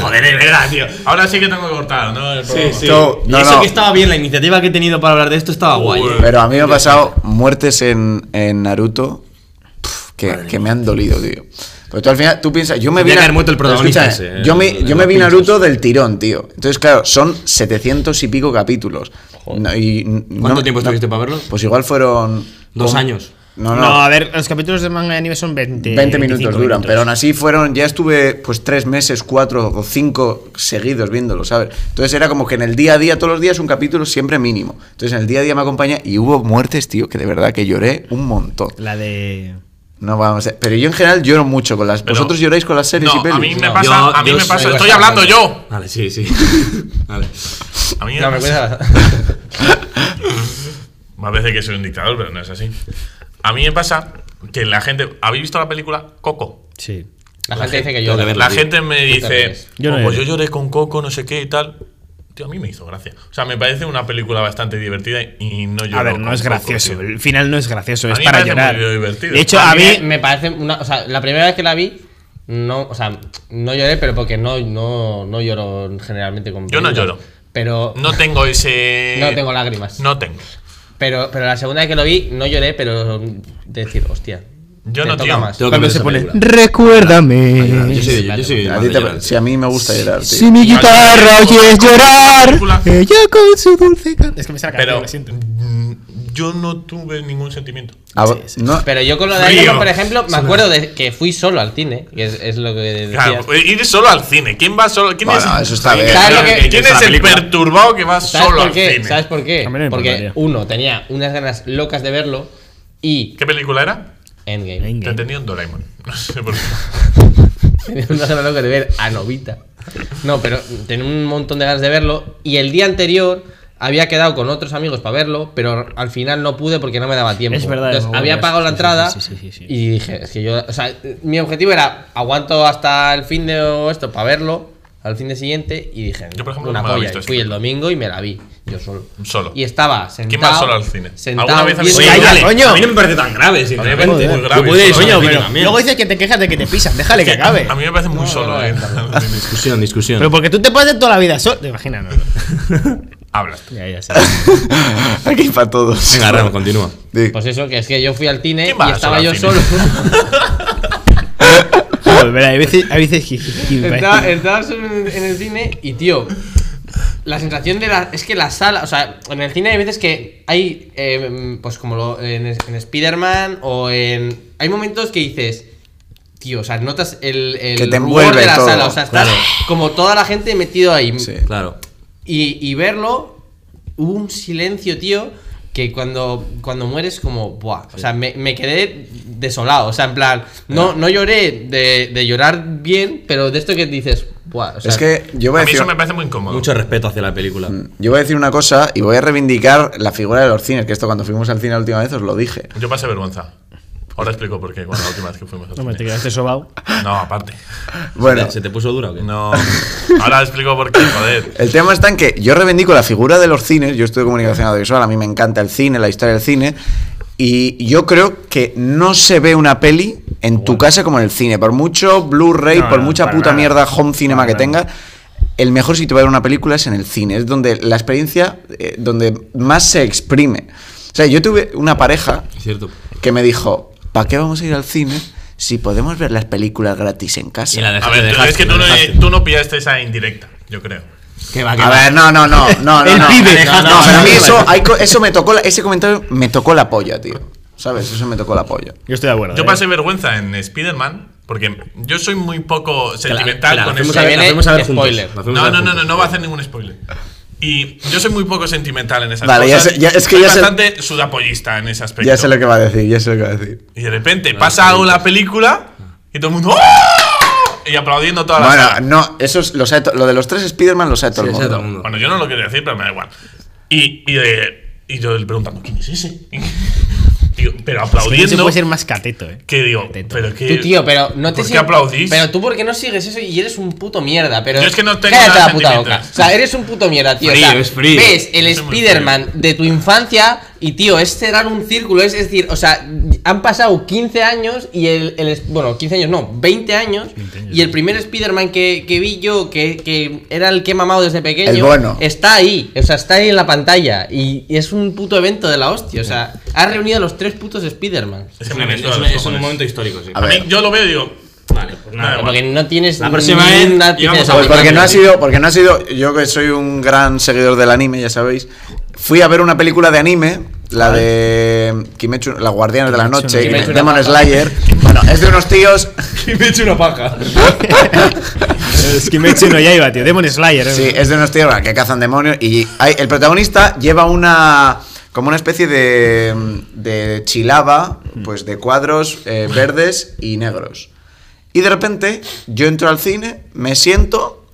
S6: Joder, es verdad, tío.
S3: Ahora sí que tengo que cortar, ¿no? El programa.
S6: Sí.
S5: Yo-
S6: Y
S5: no,
S6: eso
S5: no.
S6: que estaba bien, la iniciativa que he tenido para hablar de esto estaba guay. eh.
S5: Pero a mí me ha pasado muertes en, en Naruto pf, que, que me han dolido, tío. Pero tú al final, tú piensas, yo me vi.
S6: Tendría que
S5: Na-
S6: haber muerto el
S5: Pero
S6: protagonista
S5: escucha,
S6: ese,
S5: yo
S6: el-
S5: me,
S6: el
S5: yo
S6: de
S5: me vi
S6: los
S5: Naruto del tirón, tío. Entonces, claro, son 700 y pico capítulos. No, y n-
S6: ¿Cuánto
S5: no-
S6: tiempo
S5: no-
S6: estuviste para verlo?
S5: Pues igual fueron.
S6: Dos
S5: como-
S6: años.
S5: No, no.
S4: No, a ver, los capítulos de manga y anime son 20.
S5: 20 minutos
S4: 25
S5: duran,
S4: minutos.
S5: pero aún así fueron, ya estuve pues tres meses, cuatro o cinco seguidos viéndolo, ¿sabes? Entonces era como que en el día a día, todos los días, un capítulo siempre mínimo. Entonces en el día a día me acompaña y hubo muertes, tío, que de verdad que lloré un montón.
S4: La de.
S5: No vamos a... Pero yo en general lloro mucho con las...
S3: Pero-
S5: ¿Vosotros lloráis con las series
S3: No,
S5: y pelis?
S3: A mí me
S6: No,
S3: pasa,
S6: yo-
S3: a mí
S6: yo
S3: me
S6: soy
S3: pasa, estoy
S6: bastante-
S3: hablando <laughs> yo.
S6: Vale, sí, sí. vale.
S3: A mí
S6: ¿eh?
S7: No, me
S3: me pasa.
S6: <laughs>
S7: cuesta.
S3: Me parece que soy un dictador, pero no es así. A mí me pasa que la gente. ¿Habéis visto la película Coco?
S4: Sí.
S7: La gente dice que
S6: tengo
S7: yo.
S6: que verlo.
S3: La
S6: sí.
S3: gente me dice.
S7: ríes.
S4: Yo no
S3: "Oh, pues yo
S4: lloré".
S3: lloré con Coco, no sé qué y tal. Tío, a mí me hizo gracia. O sea, me parece una película bastante divertida y no lloro.
S4: A ver,
S3: con
S4: no es
S3: Coco,
S4: gracioso.
S3: tío.
S4: El final no es gracioso,
S3: A
S4: es
S3: mí me
S4: para
S3: parece
S4: llorar.
S3: muy divertido.
S4: De hecho, a mí.
S7: me, me parece una. O sea, la primera vez que la vi. No, o sea, no lloré, pero porque no, no, no lloro generalmente con.
S3: Yo no
S7: películas.
S3: lloro.
S7: Pero.
S3: No tengo ese.
S7: <laughs> No tengo lágrimas.
S3: No tengo.
S7: Pero, pero la segunda vez que lo vi, no lloré, pero. mm, Decir, hostia.
S3: Yo
S7: Te
S3: no,
S7: toca
S3: tío.
S7: más.
S6: Tengo que
S4: Cuando
S6: ver
S4: se
S6: esa
S4: pone,
S6: película.
S4: recuérdame.
S6: Yo soy, yo, yo soy
S5: A
S6: más
S5: ti
S6: de
S5: te-
S6: llorar.
S5: si a mí me gusta llorar, tío.
S4: Si mi guitarra
S3: Yo-
S4: oyes llorar,
S3: película-
S4: ella con su dulce can- Es que me sale la
S3: Pero
S4: canción, lo siento.
S3: mm, yo no tuve ningún sentimiento.
S5: Ah, no,
S7: Pero yo con lo de
S3: Frío.
S7: Iron Man, por ejemplo, me acuerdo de que fui solo al cine, que es, es lo que decías.
S3: Claro, pues, ir solo al cine. ¿Quién va solo? ¿Quién
S5: Bueno,
S3: es,
S5: eso está bien.
S7: ¿Sabes lo que-
S3: ¿Quién es el perturbado que va
S7: ¿Sabes
S3: solo
S7: por
S3: al
S7: qué?
S3: cine?
S7: ¿Sabes por
S4: A
S7: qué?
S4: mí no me
S7: Porque
S4: importaría.
S7: uno tenía unas ganas locas de verlo y
S3: ¿Qué película era?
S7: Endgame.
S3: Te entendí un Doraemon. <laughs> No sé por qué.
S7: Tenía unas ganas locas de ver a Novita. No, pero tenía un montón de ganas de verlo y el día anterior había quedado con otros amigos para verlo, pero al final no pude porque no me daba tiempo.
S4: Es verdad,
S7: Entonces,
S4: me
S7: había
S4: acuerdo,
S7: pagado la
S4: sí, sí,
S7: entrada
S4: sí, sí, sí, sí.
S7: y dije, es que yo, o sea, mi objetivo era aguanto hasta el fin de o esto para verlo al fin de siguiente y dije,
S3: Yo, por ejemplo,
S7: una
S3: no me la he
S7: polla.
S3: visto
S7: Y
S3: esta.
S7: fui el domingo y me la vi yo solo.
S3: Solo.
S7: Y estaba sentado.
S3: va solo al cine?
S7: Sentado
S3: ¿Alguna vez habéis
S7: viendo-
S3: ido?
S6: Oye,
S4: Calla,
S6: dale,
S4: coño.
S6: a mí no me parece tan grave,
S3: A mí me parece
S6: sinceramente.
S3: muy grave.
S6: Yo podría ir
S3: Solo al
S6: solo al
S3: cine
S6: cine
S3: pero-
S6: también.
S4: Luego dices que te quejas de que te pisan, déjale que acabe.
S3: A mí me parece muy solo.
S7: no,
S3: eh.
S6: Discusión, discusión.
S4: Pero porque tú te pasas toda la vida solo. Te imaginas, no, no.
S3: Hablas.
S4: Ya, ya sé.
S5: <laughs> aquí para todos.
S6: Venga, Ramos, continúa.
S5: Di-
S7: Pues eso, que es que yo fui al cine
S3: ¿Quién va
S7: y estaba
S3: solo
S7: yo
S3: al
S7: solo.
S3: cine? <laughs>
S4: Joder, verdad, hay veces, hay veces que, que me parece-
S7: estaba, estaba solo en, en el cine y, tío, la sensación de la. Es que la sala. O sea, en el cine hay veces que hay. eh, pues como lo- en, en Spider-Man o en. Hay momentos que dices. Tío, o sea, notas el, el
S5: Que te
S7: rumor
S5: envuelve
S7: de la
S5: todo,
S7: sala. O sea, estás
S6: claro.
S7: como toda la gente metido ahí.
S5: Sí.
S6: Claro.
S7: Y, y verlo, hubo un silencio, tío, que cuando, cuando mueres como, buah, o sea, me, me quedé desolado, o sea, en plan, no,
S5: Eh.
S7: no lloré de, de llorar bien, pero de esto que dices, buah, o sea,
S5: es que yo
S7: Pues
S5: voy a,
S3: A mí
S5: decir,
S3: eso me parece muy incómodo.
S6: Mucho respeto hacia la película.
S5: yo voy a decir una cosa y voy a reivindicar la figura de los cines, que esto cuando fuimos al cine la última vez os lo dije.
S3: Yo pasé vergüenza. Ahora explico por qué, cuando la última vez que fuimos al
S4: No me te
S3: cine.
S4: quedaste sobao.
S3: No, aparte.
S5: Bueno,
S6: ¿Se te puso dura o qué?
S3: No. Ahora explico por qué, joder.
S5: El tema está en que yo reivindico la figura de los cines, yo estudio comunicación audiovisual, a mí me encanta el cine, la historia del cine, y yo creo que no se ve una peli en tu casa como en el cine, por mucho Blu-ray,
S4: No,
S5: por
S4: no,
S5: mucha
S4: para
S5: puta
S4: nada.
S5: mierda home
S4: Para
S5: cinema que
S4: nada.
S5: tenga, el mejor sitio para ver una película es en el cine, es donde la experiencia, eh, donde más se exprime. O sea, yo tuve una pareja
S6: Es cierto.
S5: que me dijo, ¿para qué vamos a ir al cine si podemos ver las películas gratis en casa?
S6: Y la
S3: A
S6: dejaste,
S3: ver,
S6: dejaste,
S3: es que tú no,
S6: dejaste.
S3: tú no pillaste esa indirecta, yo creo.
S6: Que va, que
S5: A
S6: va.
S5: ver, no, no, no, no, no.
S4: El
S5: no,
S4: pibe.
S5: No, no, pero a mí eso, hay co- eso me tocó, la- ese comentario me tocó la polla, tío. ¿Sabes? Eso me tocó la polla.
S4: Yo estoy de acuerdo.
S3: Yo
S4: ¿eh?
S3: pasé vergüenza en Spider-Man porque yo soy muy poco
S6: Que la-
S3: sentimental
S6: que la
S3: con
S6: fuimos
S3: eso.
S7: Se
S6: a ver- la
S7: viene
S6: fuimos a ver
S7: spoiler.
S6: juntos, la fuimos
S3: No,
S6: a ver
S3: no, no,
S6: juntos.
S3: no, no va a hacer ningún spoiler. Y yo soy muy poco sentimental en esas
S5: Vale, ya
S3: cosas.
S5: sé- ya- es que
S3: soy
S5: ya sé-
S3: bastante sudapollista en ese aspecto.
S5: Ya sé lo que va a decir, ya sé lo que va a decir.
S3: Y de repente pasa una película y todo el mundo ¡Oh! y aplaudiendo toda la
S5: Bueno,
S3: sala.
S5: no, eso es, lo, sabe to- lo de los tres Spider-Man lo sabe todo
S6: Sí,
S5: el
S6: sí, todo el
S5: mundo.
S6: mundo.
S3: Bueno, yo no lo quería decir, pero me da igual. Y, y, de- y yo le preguntando, ¿quién es ese? <laughs> Digo, pero
S4: Es que no se
S3: aplaudiendo.
S4: puede ser más cateto,
S3: <laughs>
S4: eh.
S3: que digo,
S4: Contento.
S3: pero que.
S7: Tú, tío, pero no te
S3: ¿Por qué
S7: sig-
S3: aplaudís?
S7: Pero tú, ¿por qué no sigues eso y eres un puto mierda? Pero
S3: Yo es que no tengo
S7: cállate
S3: nada
S7: la puta
S3: sentimiento.
S7: boca. O sea, eres un puto mierda, tío. O sea,
S6: Frío, es frío.
S7: Ves el
S3: Yo soy muy
S7: Spider-Man de tu infancia y, tío, es cerrar un círculo. Es decir, o sea, han pasado 15 años y el. el es- bueno, 15 años no, 20 años. Y el primer Spider-Man que, que vi yo, que, que era el que he mamado desde pequeño,
S5: El bueno.
S7: está ahí. O sea, está ahí en la pantalla. Y, y es un puto evento de la hostia. O sea, has reunido a los tres putos Spider-Man.
S3: Es
S6: Es,
S3: que
S6: un-
S3: me
S6: es
S3: meto a
S6: un-
S3: los
S6: es un
S3: cojones.
S6: momento histórico, sí.
S5: A
S3: A
S5: ver.
S3: mí, yo lo veo y digo.
S6: Vale, pues nada.
S3: Nada,
S6: bueno.
S7: Porque no tienes
S6: La próxima vez
S7: ninguna
S6: íbamos
S7: pizza
S6: a-
S5: Pues
S7: de
S5: porque no ha
S7: sal.
S5: sido, porque no ha sido, yo que soy un gran seguidor del anime, ya sabéis, fui a ver una película de anime, la de Kimetsu, La Guardianes de la
S4: Kimetsu no-
S5: Noche,
S7: Kimetsu no
S5: Demon
S7: Yaiba.
S5: Slayer. Bueno, es de unos tíos
S6: Y <laughs> me he hecho una paja.
S4: Es que Mechi no ya iba, tío. Demon Slayer, eh.
S5: Sí, es de unos tíos que cazan demonios y hay- el protagonista lleva una como una especie de, de chilaba, pues de cuadros eh, verdes y negros. Y de repente yo entro al cine, me siento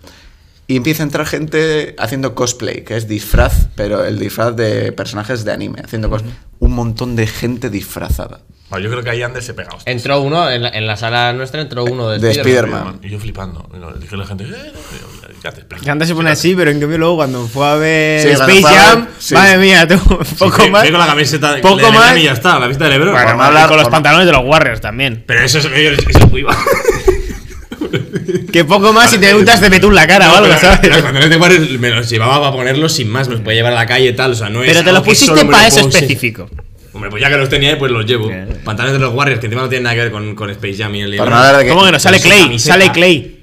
S5: y empieza a entrar gente haciendo cosplay, que es disfraz, pero el disfraz de personajes de anime, haciendo cosplay. Un montón de gente disfrazada.
S3: Bueno, yo creo que ahí Ander se pega. hostia.
S7: Entró uno, en la, en la sala nuestra entró uno de,
S5: De Spider-Man.
S3: Y yo flipando. Y lo- Dije a la gente. "Eh, no, ¿Qué haces?
S4: Que antes se pone así, pero en cambio luego cuando fue a ver
S5: Sí, cuando
S4: Space
S5: fue a ver-
S4: Jam,
S5: sí.
S4: madre mía, tú, <laughs> poco más.
S6: Ve con la camiseta de
S4: Poco
S6: de Lebron
S4: más.
S6: Y ya está, la vista de Lebron.
S5: Bueno,
S4: Bueno,
S5: vamos a hablar-
S4: y con los
S5: vamos-
S4: pantalones de los Warriors también.
S6: Pero eso es, eso es <laughs> muy bajo.
S4: Que poco más si te untas de betún la cara o algo,
S6: Pero,
S4: ¿sabes?
S6: pero Cuando no te guardes, me los llevaba para ponerlos sin más, me los podía llevar a la calle y tal. O sea, no es
S4: Pero te los
S6: algo que solo
S4: pusiste
S6: me
S4: para eso
S6: puedo- sí.
S4: específico.
S6: Hombre, pues ya que los tenía ahí, pues los llevo.
S4: Claro.
S6: Pantalones de los Warriors, que encima no tienen nada que ver con, con Space Jam y
S5: Para
S6: el LeBron.
S5: no hablar de
S4: ¿Cómo que no? Sale
S6: Su
S4: Clay,
S6: camiseta.
S4: sale Clay.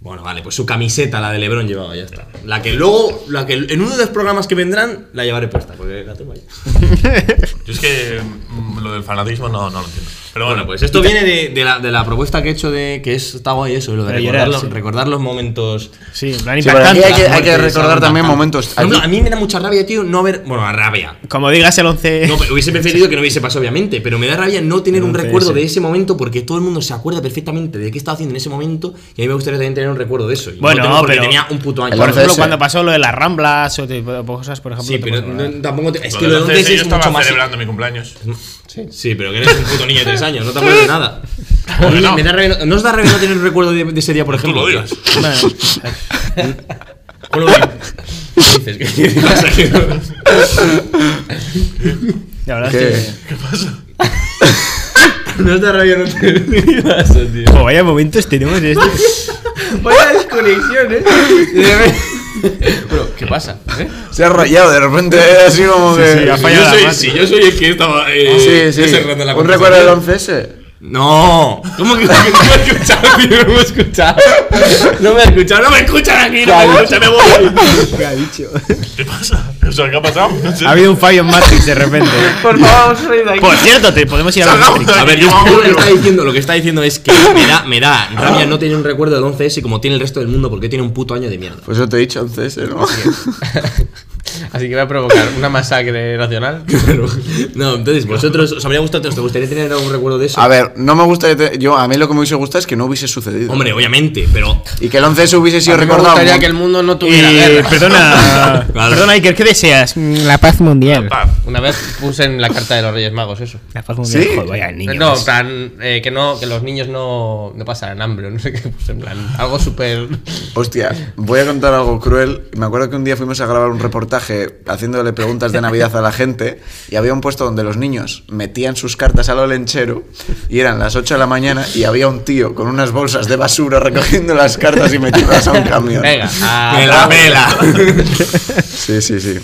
S6: Bueno, vale, pues su camiseta, la de LeBron, llevaba, ya está. La que luego, la que en uno de los programas que vendrán, la llevaré puesta, porque la tengo ahí.
S3: Yo es que mm, lo del fanatismo no, no lo entiendo. Pero
S6: Bueno,
S3: bueno,
S6: pues esto viene de, de la, de la propuesta que he hecho de que es, está guay eso, lo de
S4: Pero
S6: recordar,
S4: llorar,
S6: los-
S4: sí.
S6: recordar los momentos.
S4: Sí, en plan
S5: Sí, pero aquí
S4: impactante.
S5: hay que, hay que
S6: Muertes,
S5: recordar
S6: algo
S5: también
S6: impactante.
S5: momentos.
S6: Por ejemplo,
S5: Aquí-
S6: a mí me da mucha rabia, tío, no ver. Bueno, la rabia.
S4: Como digas el 11.
S6: No, pero hubiese
S4: <laughs>
S6: preferido que no hubiese pasado, obviamente, pero me da rabia no tener un
S4: No, pero
S6: recuerdo
S4: ese.
S6: de ese momento porque todo el mundo se acuerda perfectamente de qué estaba haciendo en ese momento y a mí me gustaría también tener un recuerdo de eso. Y no
S4: Bueno,
S6: tengo porque
S4: pero-
S6: tenía un puto año.
S5: El
S4: por
S5: once
S4: ejemplo,
S5: ese.
S4: cuando pasó lo de las ramblas o de- o cosas, por ejemplo.
S6: Sí,
S4: te
S6: pero
S4: puedes acordar.
S6: no- tampoco te- Es
S3: lo
S6: que
S3: del
S6: lo de
S3: 11
S6: antes
S3: yo
S6: es
S3: estaba
S6: mucho más.
S3: celebrando mi cumpleaños.
S6: Sí, pero que eres un puto niño de tres años, no te acuerdas
S4: <laughs>
S6: de nada.
S3: Bueno,
S6: A mí
S3: no.
S6: me da rabia- ¿No os da rabia no tener un recuerdo de, de ese día, por
S3: Tú
S6: ejemplo?
S3: lo digas.
S4: Bueno,
S6: Con lo que- ¿Qué <laughs> dices? ¿Qué- qué pasa?
S4: la verdad es
S5: que-
S6: <laughs> No os da rabia no tener. ¿Qué pasa, tío?
S4: que. Jo, vaya momentos tenemos este. de esto.
S6: Vaya desconexión, ¿eh?
S7: Bro, ¿qué pasa? ¿Eh? <laughs>
S5: Se ha rayado de repente, <laughs> eh, así como que.
S4: sí, ha
S6: Si
S4: fallado
S6: yo
S4: la
S6: soy,
S4: máquina.
S6: si yo soy el que estaba eh,
S5: Ah, Sí, sí.
S6: cerrando la
S5: Un
S6: conversación.
S5: recuerdo del 11S.
S6: No. ¿Cómo que no me escuchado, <laughs> tío? No me he escuchado. No me he escuchado. No me escuchan aquí. No me escuchan, me voy. <laughs>
S4: ¿Qué ha dicho?
S3: ¿Qué pasa? O sea, ¿qué ha pasado? No sé.
S4: Ha habido un fallo en Matrix de repente. Por favor, Por cierto, te podemos ir a ver
S3: Salgamos <laughs>
S4: Matrix.
S3: de
S6: A ver,
S3: aquí,
S6: yo
S3: vamos,
S6: lo que está
S3: pero-
S6: diciendo, lo que está diciendo es que me da, me da rabia no tener un recuerdo del 11S como tiene el resto del mundo porque tiene un puto año de mierda.
S5: Pues yo te he dicho 11S, ¿no?
S7: Así que va a provocar una masacre nacional.
S6: Claro. No, entonces, vosotros os habría gustado, os gustaría tener algún recuerdo de
S5: <laughs>
S6: eso.
S5: A ver, no me gusta. que te- Yo, a mí lo que me hubiese gustado es que no hubiese sucedido.
S6: Hombre, obviamente, pero
S5: Y que el 11S hubiese sido
S7: A mí me
S5: recordado.
S7: gustaría
S5: un-
S7: que el mundo no tuviera
S4: Eh,
S7: guerra.
S4: perdona,
S6: Vale.
S4: perdona, Iker, ¿qué deseas? La paz mundial.
S3: Pa,
S7: Una vez puse en la carta de los Reyes Magos eso.
S4: La paz mundial.
S5: ¿Sí?
S4: Joder, vaya niño. Pues,
S7: no, en plan, eh, que no, que los niños no, no pasaran hambre, o no sé qué, pues en plan, algo <laughs> súper...
S5: Hostia, voy a contar algo cruel. Me acuerdo que un día fuimos a grabar un reportaje haciéndole preguntas de Navidad a la gente y había un puesto donde los niños metían sus cartas al olenchero y eran las 8 de la mañana y había un tío con unas bolsas de basura recogiendo las cartas y metiéndolas a un camión.
S7: Venga, a-
S6: me la pela.
S5: Sí, sí, sí.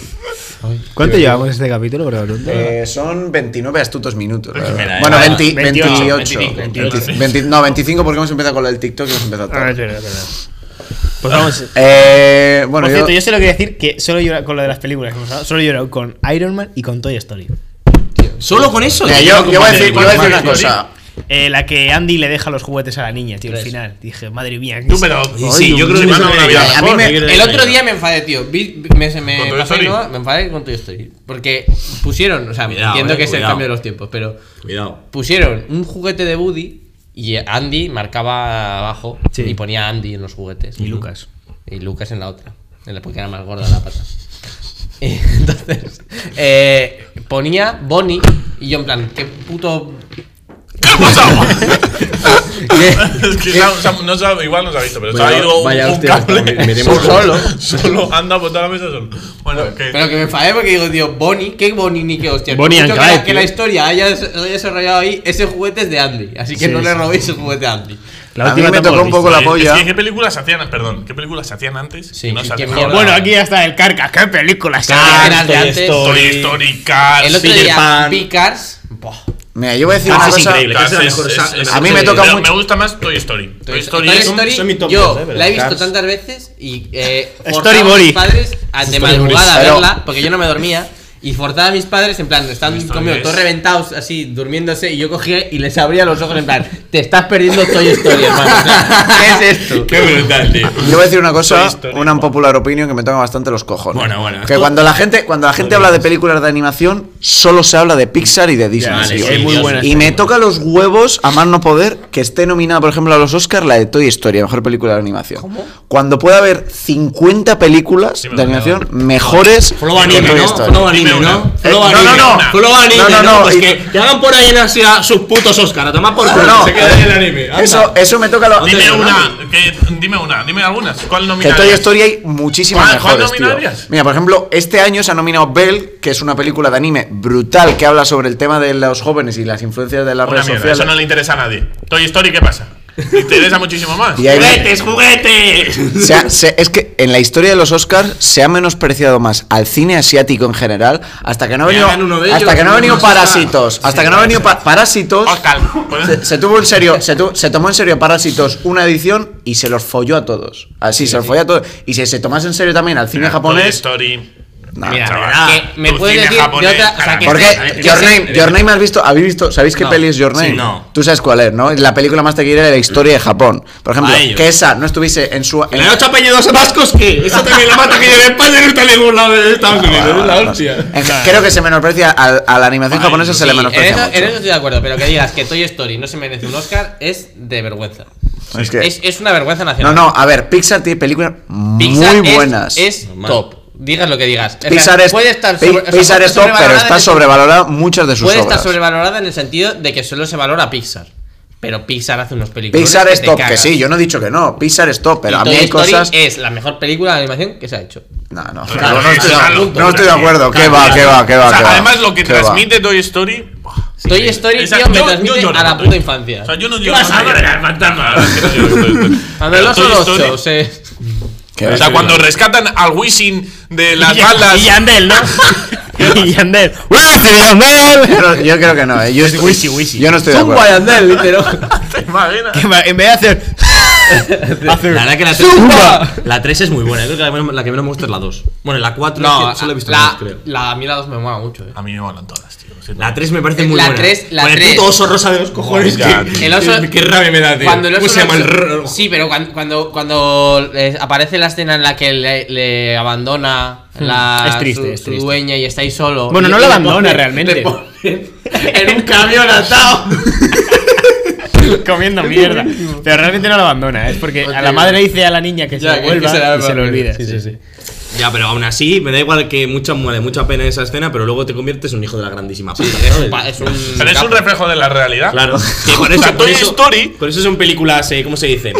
S4: ¿Cuánto llevamos este capítulo? Por lo pronto?
S5: Eh, son 29 astutos minutos. la verdad.
S6: Mira, eh,
S5: bueno,
S6: va,
S5: 20
S4: 28,
S5: 28.
S4: 25,
S5: 20 no, 25 porque hemos empezado con el TikTok y hemos empezado
S4: Ah, es
S5: tarde.
S4: verdad, es verdad. Pues vamos.
S5: Eh, bueno,
S4: Por cierto,
S5: yo-
S4: yo solo quería decir que solo llora con lo de las películas que hemos hablado, solo llora con Iron Man y con Toy Story.
S6: Solo con eso.
S5: Mira,
S6: tío,
S5: yo,
S6: con
S5: yo voy a
S6: Batman,
S5: decir, yo
S6: con
S5: voy a decir
S6: Batman,
S5: una cosa.
S4: Eh, la que Andy le deja los juguetes a la niña, tío, al
S7: Tres.
S4: final. Dije, madre mía.
S3: Tú, pero.
S6: tío. Sí, yo creo que
S3: me
S6: eso
S3: manda
S6: me
S3: una vida
S6: daría-
S5: a mí
S3: mejor.
S5: me-
S6: yo creo que
S7: El
S6: eso me
S7: otro
S6: daría.
S7: día me enfadé, tío. Vi- vi- me, se me,
S3: ¿Con Toy
S7: pasé,
S3: Story?
S7: ¿no? me enfadé con Toy Story. Porque pusieron, o sea,
S6: Cuidado,
S7: entiendo
S6: eh,
S7: que es el
S6: cuidado.
S7: cambio de los tiempos, pero
S6: Cuidado.
S7: pusieron un juguete de Woody y Andy marcaba abajo
S4: Sí.
S7: y ponía Andy en los juguetes.
S4: Y Lucas.
S7: Y Lucas en la otra, en la porque era más gorda la pata. <laughs> Y entonces, eh, ponía Bonnie y yo en plan, qué puto...
S3: ¿Qué ha
S7: <laughs>
S3: pasado? <laughs> Es que no, se ha- no se ha- igual no se ha visto, pero estaba
S6: Vaya-
S3: ahí un,
S6: vaya
S3: un
S6: hostia,
S3: cable.
S6: me- me-
S3: solo, <laughs> solo anda por toda la mesa solo. Bueno, que.
S7: Pero que me enfadé porque digo, tío, Bonnie, qué Bonnie ni qué hostia.
S4: Bonnie
S7: Mucho
S4: and
S7: que, la,
S4: Clyde,
S7: que la
S4: tío.
S7: historia haya, des- haya desarrollado ahí, ese juguete es de Andy. Así que
S4: Sí,
S7: no le
S4: sí.
S7: robéis el juguete a Andy.
S5: A mí me tocó un poco la
S3: Oye, Eh, es
S5: polla.
S3: que ¿Qué películas se hacían? Perdón, ¿qué películas se hacían antes?
S7: Sí,
S3: que no
S7: sí,
S3: se
S7: qué
S3: hacen
S7: mierda.
S3: ahora?
S4: Bueno, aquí ya está el carca. ¿Qué películas?
S6: Ah,
S7: Carcas,
S4: hay?
S7: de antes.
S3: Toy Story, Cars,
S7: El otro
S3: Peter
S7: día,
S3: Pan.
S7: Picars. buah,
S5: Mira, yo voy a decir
S6: Ah,
S5: una
S6: es
S5: cosa.
S6: increíble.
S3: Cars
S6: Esa es la
S3: es-
S6: mejor-
S3: es-
S6: esa-
S3: es-
S5: a mí me
S3: sí,
S5: toca
S3: pero
S5: mucho.
S3: Me gusta más Toy Story. Toy Story
S7: Toy
S3: es
S7: Story,
S6: son mi top
S7: yo
S6: tres, eh, pero
S7: la he visto
S6: Cars.
S7: tantas veces y eh,
S4: Story
S7: forzaba a
S4: Body.
S7: mis padres a de
S6: Story
S7: madrugada a
S5: Body.
S7: verla porque yo no me dormía y forzaba a mis padres en plan están
S3: Story
S7: conmigo
S3: es-
S7: todos reventados así durmiéndose y yo cogía y les abría los ojos en plan te estás perdiendo Toy Story hermano O sea, ¿qué es esto?
S6: Qué brutal, tío.
S5: Yo voy a decir una cosa,
S3: Toy Story,
S5: una popular opinion que me toca bastante los cojones.
S6: Bueno, bueno.
S5: Que cuando la gente, cuando la gente habla de películas de animación, solo se habla de Pixar y de Disney.
S6: vale,
S5: tío.
S6: sí, es muy
S5: y
S6: buena
S5: me toca los huevos, a más no poder, que esté nominada, por ejemplo, a los Oscars la de Toy Story, la mejor película de animación. Cuando pueda haber 50 películas
S3: Sí, me
S5: de
S3: lo
S5: animación mejores
S6: Flow
S5: que
S6: anime,
S5: Toy
S6: ¿no?
S5: Story.
S6: Flow
S3: Dime
S6: anime, ¿no?
S3: una.
S6: Flow
S5: Eh,
S6: anime.
S5: no, no, no.
S6: Flow anime,
S5: No, no, no,
S6: Pues
S5: y-
S6: que, que hagan por ahí en Asia sus putos Oscar. A tomar por culo.
S5: No,
S6: se queda ahí el anime. anda.
S5: Eso, eso me toca los.
S3: eh, Dime
S6: Antes de
S3: una,
S6: Rambo.
S3: que, dime una, dime algunas. ¿Cuál
S5: Que
S3: nominarías?
S5: Toy Story hay muchísimas
S3: ¿Cuál- cuál
S5: mejores, tío.
S3: nominarías?
S5: Mira, por ejemplo, este año se ha nominado Bell, que es una película de anime brutal que habla sobre el tema de los jóvenes y las influencias de las
S3: Una
S5: redes
S3: mierda, eso no
S5: sociales.
S3: le interesa a nadie. Toy Story, ¿qué pasa? Me interesa muchísimo más.
S5: Y ahí-
S3: ¡Juguetes, juguetes!
S5: <laughs> Se ha- se- es que en la historia de los Oscars se ha menospreciado más al cine asiático en general hasta que no ha
S6: Que
S5: venido,
S6: hagan uno de ellos,
S5: hasta que no ha
S6: no
S5: venido
S6: nos
S5: Parásitos. Hasta que no ha venido pa- Parásitos.
S3: Oscar, Pues,
S5: Se, se tuvo
S3: <laughs>
S5: en serio, se, tu- se tomó en serio Parásitos una edición y se los folló a todos. Así, se los folló a todos. Y si se tomase en serio también al cine
S3: Toy
S5: japonés.
S3: Story. Ah,
S5: nah,
S7: Mira,
S5: chaval.
S3: chaval,
S7: que me
S3: tu
S7: puedes
S3: cine
S7: decir de
S3: japonés,
S7: otra- o sea,
S3: carajo.
S7: que-
S5: ¿Por qué?
S6: que-
S5: Your
S6: que-
S5: Name, Your Name has visto, habéis visto, ¿sabéis qué
S6: No.
S5: peli es Your
S6: Sí,
S5: Name?
S6: no.
S5: Tú sabes cuál es, ¿no? Es la película más taquillera de la historia de Japón. Por ejemplo,
S6: A ellos.
S5: que esa no estuviese en su en-
S6: ¿Le han hecho apellidos a vascos qué? Esa también la mata que en España y no está en ningún lado de Estados Unidos. Es la hostia.
S5: en- creo que se menosprecia al- a, la animación japonesa se le
S7: Sí, en
S5: menosprecia
S7: eso-
S5: mucho.
S7: en eso estoy de acuerdo, pero que digas que Toy Story no se merece un Oscar es de vergüenza.
S5: Es que-
S7: Es, es una vergüenza
S5: no,
S7: nacional.
S5: no, a ver, Pixar tiene películas
S7: Pixar
S5: muy
S7: es-
S5: buenas.
S7: Es,
S6: Normal.
S7: top. Digas lo que digas. O sea,
S5: Pixar es,
S7: puede estar
S5: Pi-
S7: sobre- o sea,
S5: Pixar
S7: puede
S5: es top, pero
S7: sobrevalorada en
S5: está
S7: el-
S5: sobrevalorada muchas de sus
S7: Puede
S5: obras.
S7: estar sobrevalorada en el sentido de que solo se valora Pixar. Pero Pixar hace unos películas.
S5: Pixar
S7: que
S5: es
S7: te
S5: top, que
S7: cagas.
S5: sí, yo no he dicho que no. Pixar es top, pero
S7: Y
S5: a mí
S7: Toy
S5: hay
S7: Story
S5: cosas.
S7: Es la mejor película de animación que se ha hecho.
S5: No, no,
S3: Claro,
S5: no, no estoy,
S3: es una
S5: no
S3: locura,
S5: estoy de
S3: tío.
S5: acuerdo. ¿Qué
S3: Claro,
S5: va,
S3: es-
S5: qué va, qué
S3: o
S5: va?
S3: sea,
S5: qué va?
S3: además, lo que
S5: ¿Qué va?
S3: transmite Toy Story.
S7: Toy Story,
S3: Esa-
S7: tío, me
S3: yo- yo
S7: transmite
S3: lloro
S7: a la
S3: con Toy
S7: puta
S3: Story.
S7: infancia.
S3: O sea, yo no
S7: ¿Qué
S3: lloro
S7: vas a
S3: con Toy
S7: ver?
S3: Story. <laughs> La verdad es que no lloro con Toy Story.
S7: Cuando el
S3: Pero
S7: oso
S3: Toy
S7: los
S3: Story-
S5: <laughs>
S7: osos, eh.
S5: ¿Qué
S3: O
S5: va?
S3: sea, cuando rescatan al Wisin de <laughs> las
S4: Y ya-
S3: balas.
S4: Y Yandel, ¿no? y Yandel.
S5: Pero yo creo que no, eh. Yo, estoy-
S4: wishy, wishy.
S5: yo no estoy de acuerdo.
S7: Guayandel, literal.
S3: ¿Te imaginas?
S4: Que va- en vez de hacer.
S6: La verdad que la 3,
S4: ¡Zumba!
S6: la 3 es muy buena. Yo creo que la, menos- la que menos me gusta es la 2. Bueno, la 4 es
S7: <laughs> No,
S6: que solo he visto
S7: la,
S6: la 2, creo. Ah,
S7: la- a mí la 2 me mola mucho, eh.
S3: A mí me molan todas, tío.
S6: La 3 me parece muy
S7: La
S6: buena.
S7: tres- la
S6: Con el
S7: tres.
S6: puto oso rosa de los cojones.
S3: Ya,
S6: que-
S3: tío.
S7: El oso-
S6: <laughs> Qué rabia me da, tío.
S7: Cuando el oso
S6: ¿Cómo se
S7: lo-
S6: llama el rrr?
S7: Sí, pero cuando, cuando, cuando, eh, aparece la escena en la que le, le abandona la,
S4: Hmm. Es triste,
S7: su,
S4: es
S7: su
S4: triste.
S7: dueña y está ahí solo.
S4: Bueno,
S7: Y-
S4: no
S7: y
S4: la
S7: le
S4: abandona
S7: ponen-
S4: realmente.
S7: le ponen <laughs> En un camión atado.
S4: <laughs> comiendo mierda. Pero realmente no lo abandona, ¿eh? es porque a la madre dice a la niña que
S7: Ya,
S4: se
S7: que- que
S4: vuelva
S7: se la-
S4: y se lo olvida.
S7: Sí, sí, sí.
S6: Ya, pero aún así, me da igual que mucha muere, mucha pena esa escena, pero luego te conviertes en un hijo de la grandísima puta.
S7: Es un
S6: ¿sabes?
S7: pa- es un
S3: Pero es un
S7: capo.
S3: reflejo de la realidad.
S6: Claro. Que
S3: <laughs>
S6: por
S3: O sea,
S6: eso, por
S3: Toy
S6: eso-
S3: Story-
S6: Por eso son películas, eh, ¿cómo se dice?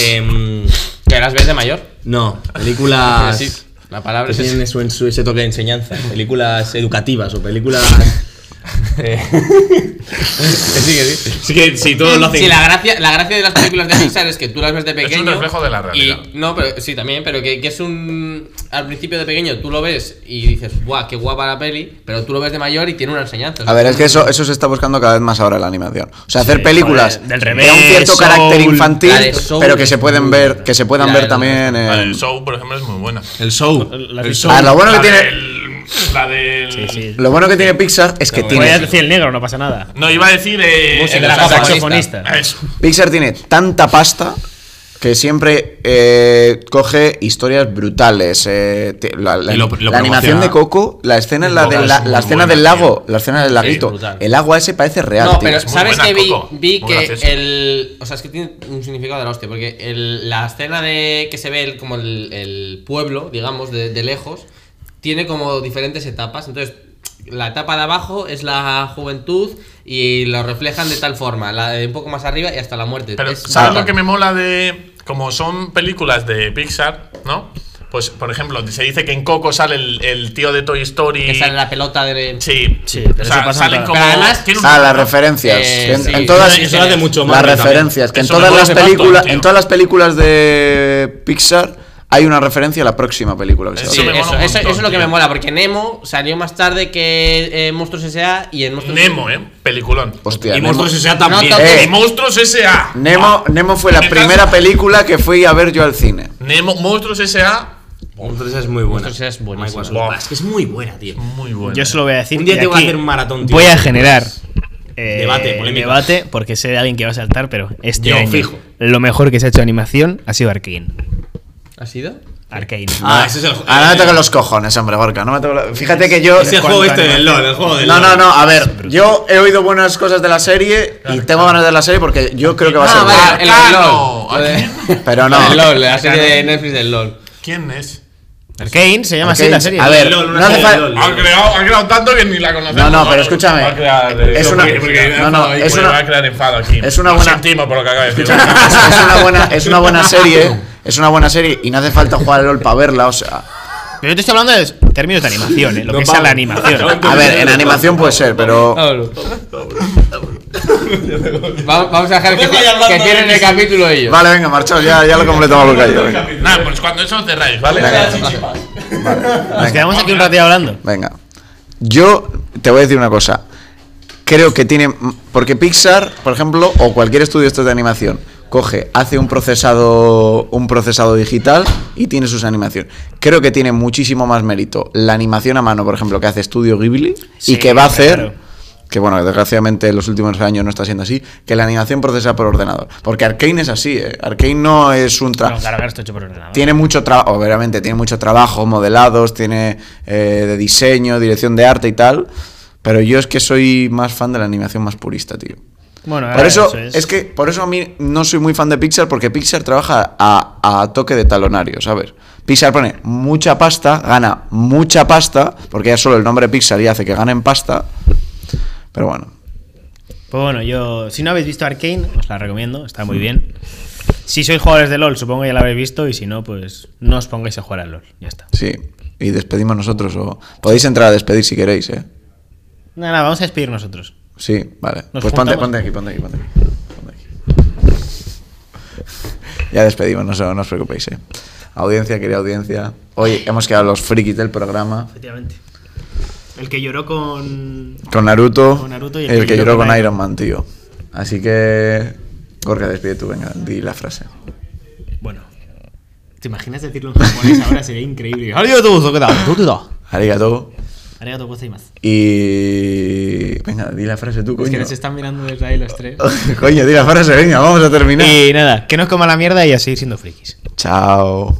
S6: Em,
S7: Que las ves de mayor.
S6: no,
S7: Pero
S6: películas.
S7: sí, la palabra
S6: que
S7: Ah, es
S6: tienen su, su- ese toque de enseñanza. Películas educativas o
S7: <laughs>
S6: películas. eh, <laughs> Sí, que si todos lo hacen.
S7: Sí, la gracia, la gracia de las películas de Pixar es que tú las ves de
S3: un
S7: pequeño.
S3: reflejo de la realidad.
S7: Y, no, pero sí, también, pero que, que es un. Al principio de pequeño tú lo ves y dices, guau, qué guapa la peli, pero tú lo ves de mayor y tiene una enseñanza.
S5: A ver, es que eso, eso se está buscando cada vez más ahora en la animación. O sea, hacer
S4: Sí,
S5: películas
S4: joder, del
S5: de un
S4: revés,
S5: cierto
S4: Soul.
S5: carácter
S7: La de
S5: infantil,
S7: Soul
S5: pero que se
S7: es
S5: pueden
S7: muy
S5: ver,
S7: buena.
S5: que se puedan
S7: La
S5: ver
S7: de-
S5: también.
S3: La
S5: en-
S3: del show, por ejemplo, es muy buena.
S6: El show.
S4: La
S6: el
S4: del
S6: show.
S5: Ah, lo bueno que
S3: la
S5: tiene,
S3: Del, la del.
S4: Sí, sí.
S5: lo bueno que tiene Pixar es que
S4: Voy a
S5: tiene
S4: decir el negro, no pasa nada.
S3: No, iba a decir. Eh,
S7: Música,
S3: el
S7: la
S3: saxo-
S4: saxofonista.
S3: Eso.
S5: Pixar tiene tanta pasta que siempre eh, coge historias brutales. eh, te- la la-
S6: Y lo- lo
S5: la
S6: promociona.
S5: animación de Coco, la escena, en la,
S3: Coco
S5: de,
S3: es
S5: la,
S3: muy
S5: la escena
S3: buena,
S5: del lago,
S3: tío.
S5: la escena del laguito.
S7: brutal.
S5: el agua ese parece real.
S7: No,
S5: tío.
S7: pero
S3: muy
S7: ¿sabes
S3: buena,
S7: que vi,
S3: Coco.
S7: vi
S3: Muy
S7: que
S3: graciosa.
S7: el. O sea, es que tiene un significado de la hostia, porque el- la escena de que se ve el- como el, el pueblo, digamos, de, de lejos, tiene como diferentes etapas. Entonces, la etapa de abajo es la juventud y lo reflejan de tal forma. La de un poco más arriba y hasta la muerte.
S3: Pero,
S7: Es-
S3: ¿sabes
S5: Batman.
S3: lo que me mola de. Como son películas de Pixar, ¿no? Pues, por ejemplo, se dice que en Coco sale el, el tío de Toy Story.
S7: Que sale la pelota de.
S3: Sí,
S4: Sí, pero
S3: o
S4: eso
S3: sea,
S4: pasa en
S3: salen
S4: todas.
S3: como.
S7: Pero además-
S3: tiene un-
S5: Ah, las referencias.
S7: Eh,
S5: en,
S7: sí.
S5: en todas,
S6: Eso lo hace mucho más.
S5: las referencias. Que en
S3: Eso
S5: todas
S3: me
S5: las
S3: parece
S5: películas,
S3: bastante,
S5: en
S3: tío.
S5: todas las películas de Pixar hay una referencia a la próxima película que se va a
S3: Sí,
S7: Eh, Sí,
S5: hacer.
S3: me mola
S7: eso,
S3: un
S7: eso-
S3: montón,
S7: eso es lo que
S3: tío.
S7: me mola, porque Nemo salió más tarde que eh, Monstruos S.A. y en Monstruos
S3: Nemo, ¿eh? Peliculón.
S5: Hostia,
S6: Y
S5: Nemo,
S6: monstruos S.A.
S7: No,
S6: también.
S7: tampoco.
S5: Eh.
S3: Y Monstruos S.A.
S5: Nemo, Nemo fue la
S3: Detrás-
S5: primera película que fui a ver yo al cine.
S3: Nemo, Monstruos S.A.
S6: Monstruos S.A. es muy buena.
S7: Monstruos S.A. es buenísima.
S6: Mike Wazowski.
S3: Buah.
S6: Es que es muy buena, tío.
S3: Muy bueno.
S4: Yo solo voy a decir.
S6: Un día
S4: que
S6: te voy a
S4: aquí
S6: hacer un maratón, tío.
S4: Voy a generar. eh,
S6: Debate, polémica.
S4: Debate, porque sé de alguien que va a saltar, pero este
S6: Yo,
S4: año,
S6: fijo.
S4: lo mejor que se ha hecho de animación ha sido Arkane.
S3: eh.
S7: ¿Ha sido?
S4: Arkane.
S6: Ah, ese es el juego.
S5: Ahora me tocan los cojones, hombre, Gorka. No me toques los- Fíjate que yo.
S6: Es el juego este del LOL, el juego del
S5: No,
S6: LOL.
S5: no, no, a ver, yo he oído buenas cosas de la serie y tengo ganas de la serie porque yo creo que va a ser
S7: Ah,
S5: buena.
S7: vale, el
S3: Arcano.
S7: LOL.
S3: ¿A
S7: Eh,
S3: quién?
S5: Pero no.
S7: El LOL, la serie de Netflix del LOL.
S3: ¿Quién es?
S4: Arkane se llama así
S5: Arcane,
S4: la serie.
S5: A ver,
S6: LOL, una
S5: no hace
S6: serie de
S5: fa-
S6: LOL.
S3: Ha creado, ha creado tanto que ni la
S5: No,
S3: conocemos.
S5: no, pero escúchame.
S3: Va a crear, eh,
S5: Es una-
S3: porque- porque-
S5: no, no,
S3: ahí
S5: es
S3: puede-
S5: una-
S3: va a crear enfado aquí.
S5: es una
S3: Lo
S5: buena-
S3: sentimos por lo que acaba de decir.
S5: <laughs> es, es una buena, es una buena serie. Es una buena serie y no hace falta jugar al LOL para verla, o sea.
S4: Pero yo te estoy hablando de términos de animación, ¿eh? lo
S6: No
S4: que sea la
S6: pago.
S4: animación.
S5: A ver, en animación puede ser, pero.
S7: Vámonos. Va- Vamos a dejar que,
S3: Estoy hablando
S7: que cierren
S3: de
S7: el
S3: mis-
S7: capítulo ellos.
S5: Vale, venga, marchaos, ya, ya lo completamos Luca y yo. Venga.
S3: Nada, pues cuando eso cerráis, ¿vale?
S4: Nos
S5: Venga.
S4: quedamos aquí un ratito hablando.
S5: Venga. Yo te voy a decir una cosa. Creo que tiene. Porque Pixar, por ejemplo, o cualquier estudio este de estos de animación, coge, hace un procesado, un procesado digital y tiene sus animaciones. Creo que tiene muchísimo más mérito la animación a mano, por ejemplo, que hace Studio Ghibli
S4: Sí,
S5: y que va a hacer.
S4: claro.
S5: Que bueno, desgraciadamente en los últimos años no está siendo así, que la animación procesa por ordenador. Porque Arkane es así, ¿eh? Arkane no es un
S4: No,
S5: trabajo.
S4: claro, claro, esto hecho por ordenador.
S5: Tiene mucho trabajo, obviamente, tiene mucho trabajo, modelados, tiene eh, de diseño, dirección de arte y tal. Pero yo es que soy más fan de la animación más purista, tío.
S4: Bueno,
S5: por
S4: ahora
S5: Ah, eso, es. que, por eso a mí no soy muy fan de Pixar, porque Pixar trabaja a, a toque de talonario, ¿sabes? Pixar pone mucha pasta, gana mucha pasta, porque ya solo el nombre Pixar ya hace que ganen pasta. Pero bueno,
S4: Pues bueno, yo. Si no habéis visto Arkane, os la recomiendo, está muy bien. Si sois jugadores de LOL, supongo que ya la habréis visto, y si no, pues no os pongáis a jugar al LOL. Ya está.
S5: sí. Y despedimos nosotros, o podéis entrar a despedir si queréis, ¿eh?
S4: Nada, nada, vamos a despedir nosotros.
S5: Sí, vale.
S4: Nos
S5: pues ponte,
S4: juntamos.
S5: ponte aquí, ponte aquí, ponte aquí. Ponte aquí. Ya despedimos, no, os- no os preocupéis, eh. Audiencia, querida audiencia. Hoy hemos quedado los frikis del programa.
S4: Efectivamente. El que lloró con.
S5: Con Naruto,
S4: Con Naruto y
S5: el, que lloró con Iron, Man, tío. Así que. Gorka, despide tú, venga, di la frase.
S4: Bueno. ¿Te imaginas decirlo en japonés <laughs> ahora? Sería increíble. Arigato
S5: Arigato.
S4: más.
S5: Y. Venga, di la frase tú,
S7: Es que
S5: coño. <laughs>
S7: nos están mirando desde ahí los tres.
S5: coño, di la frase, venga, vamos a terminar.
S4: Y nada, que nos coma la mierda y a seguir siendo frikis.
S5: Chao.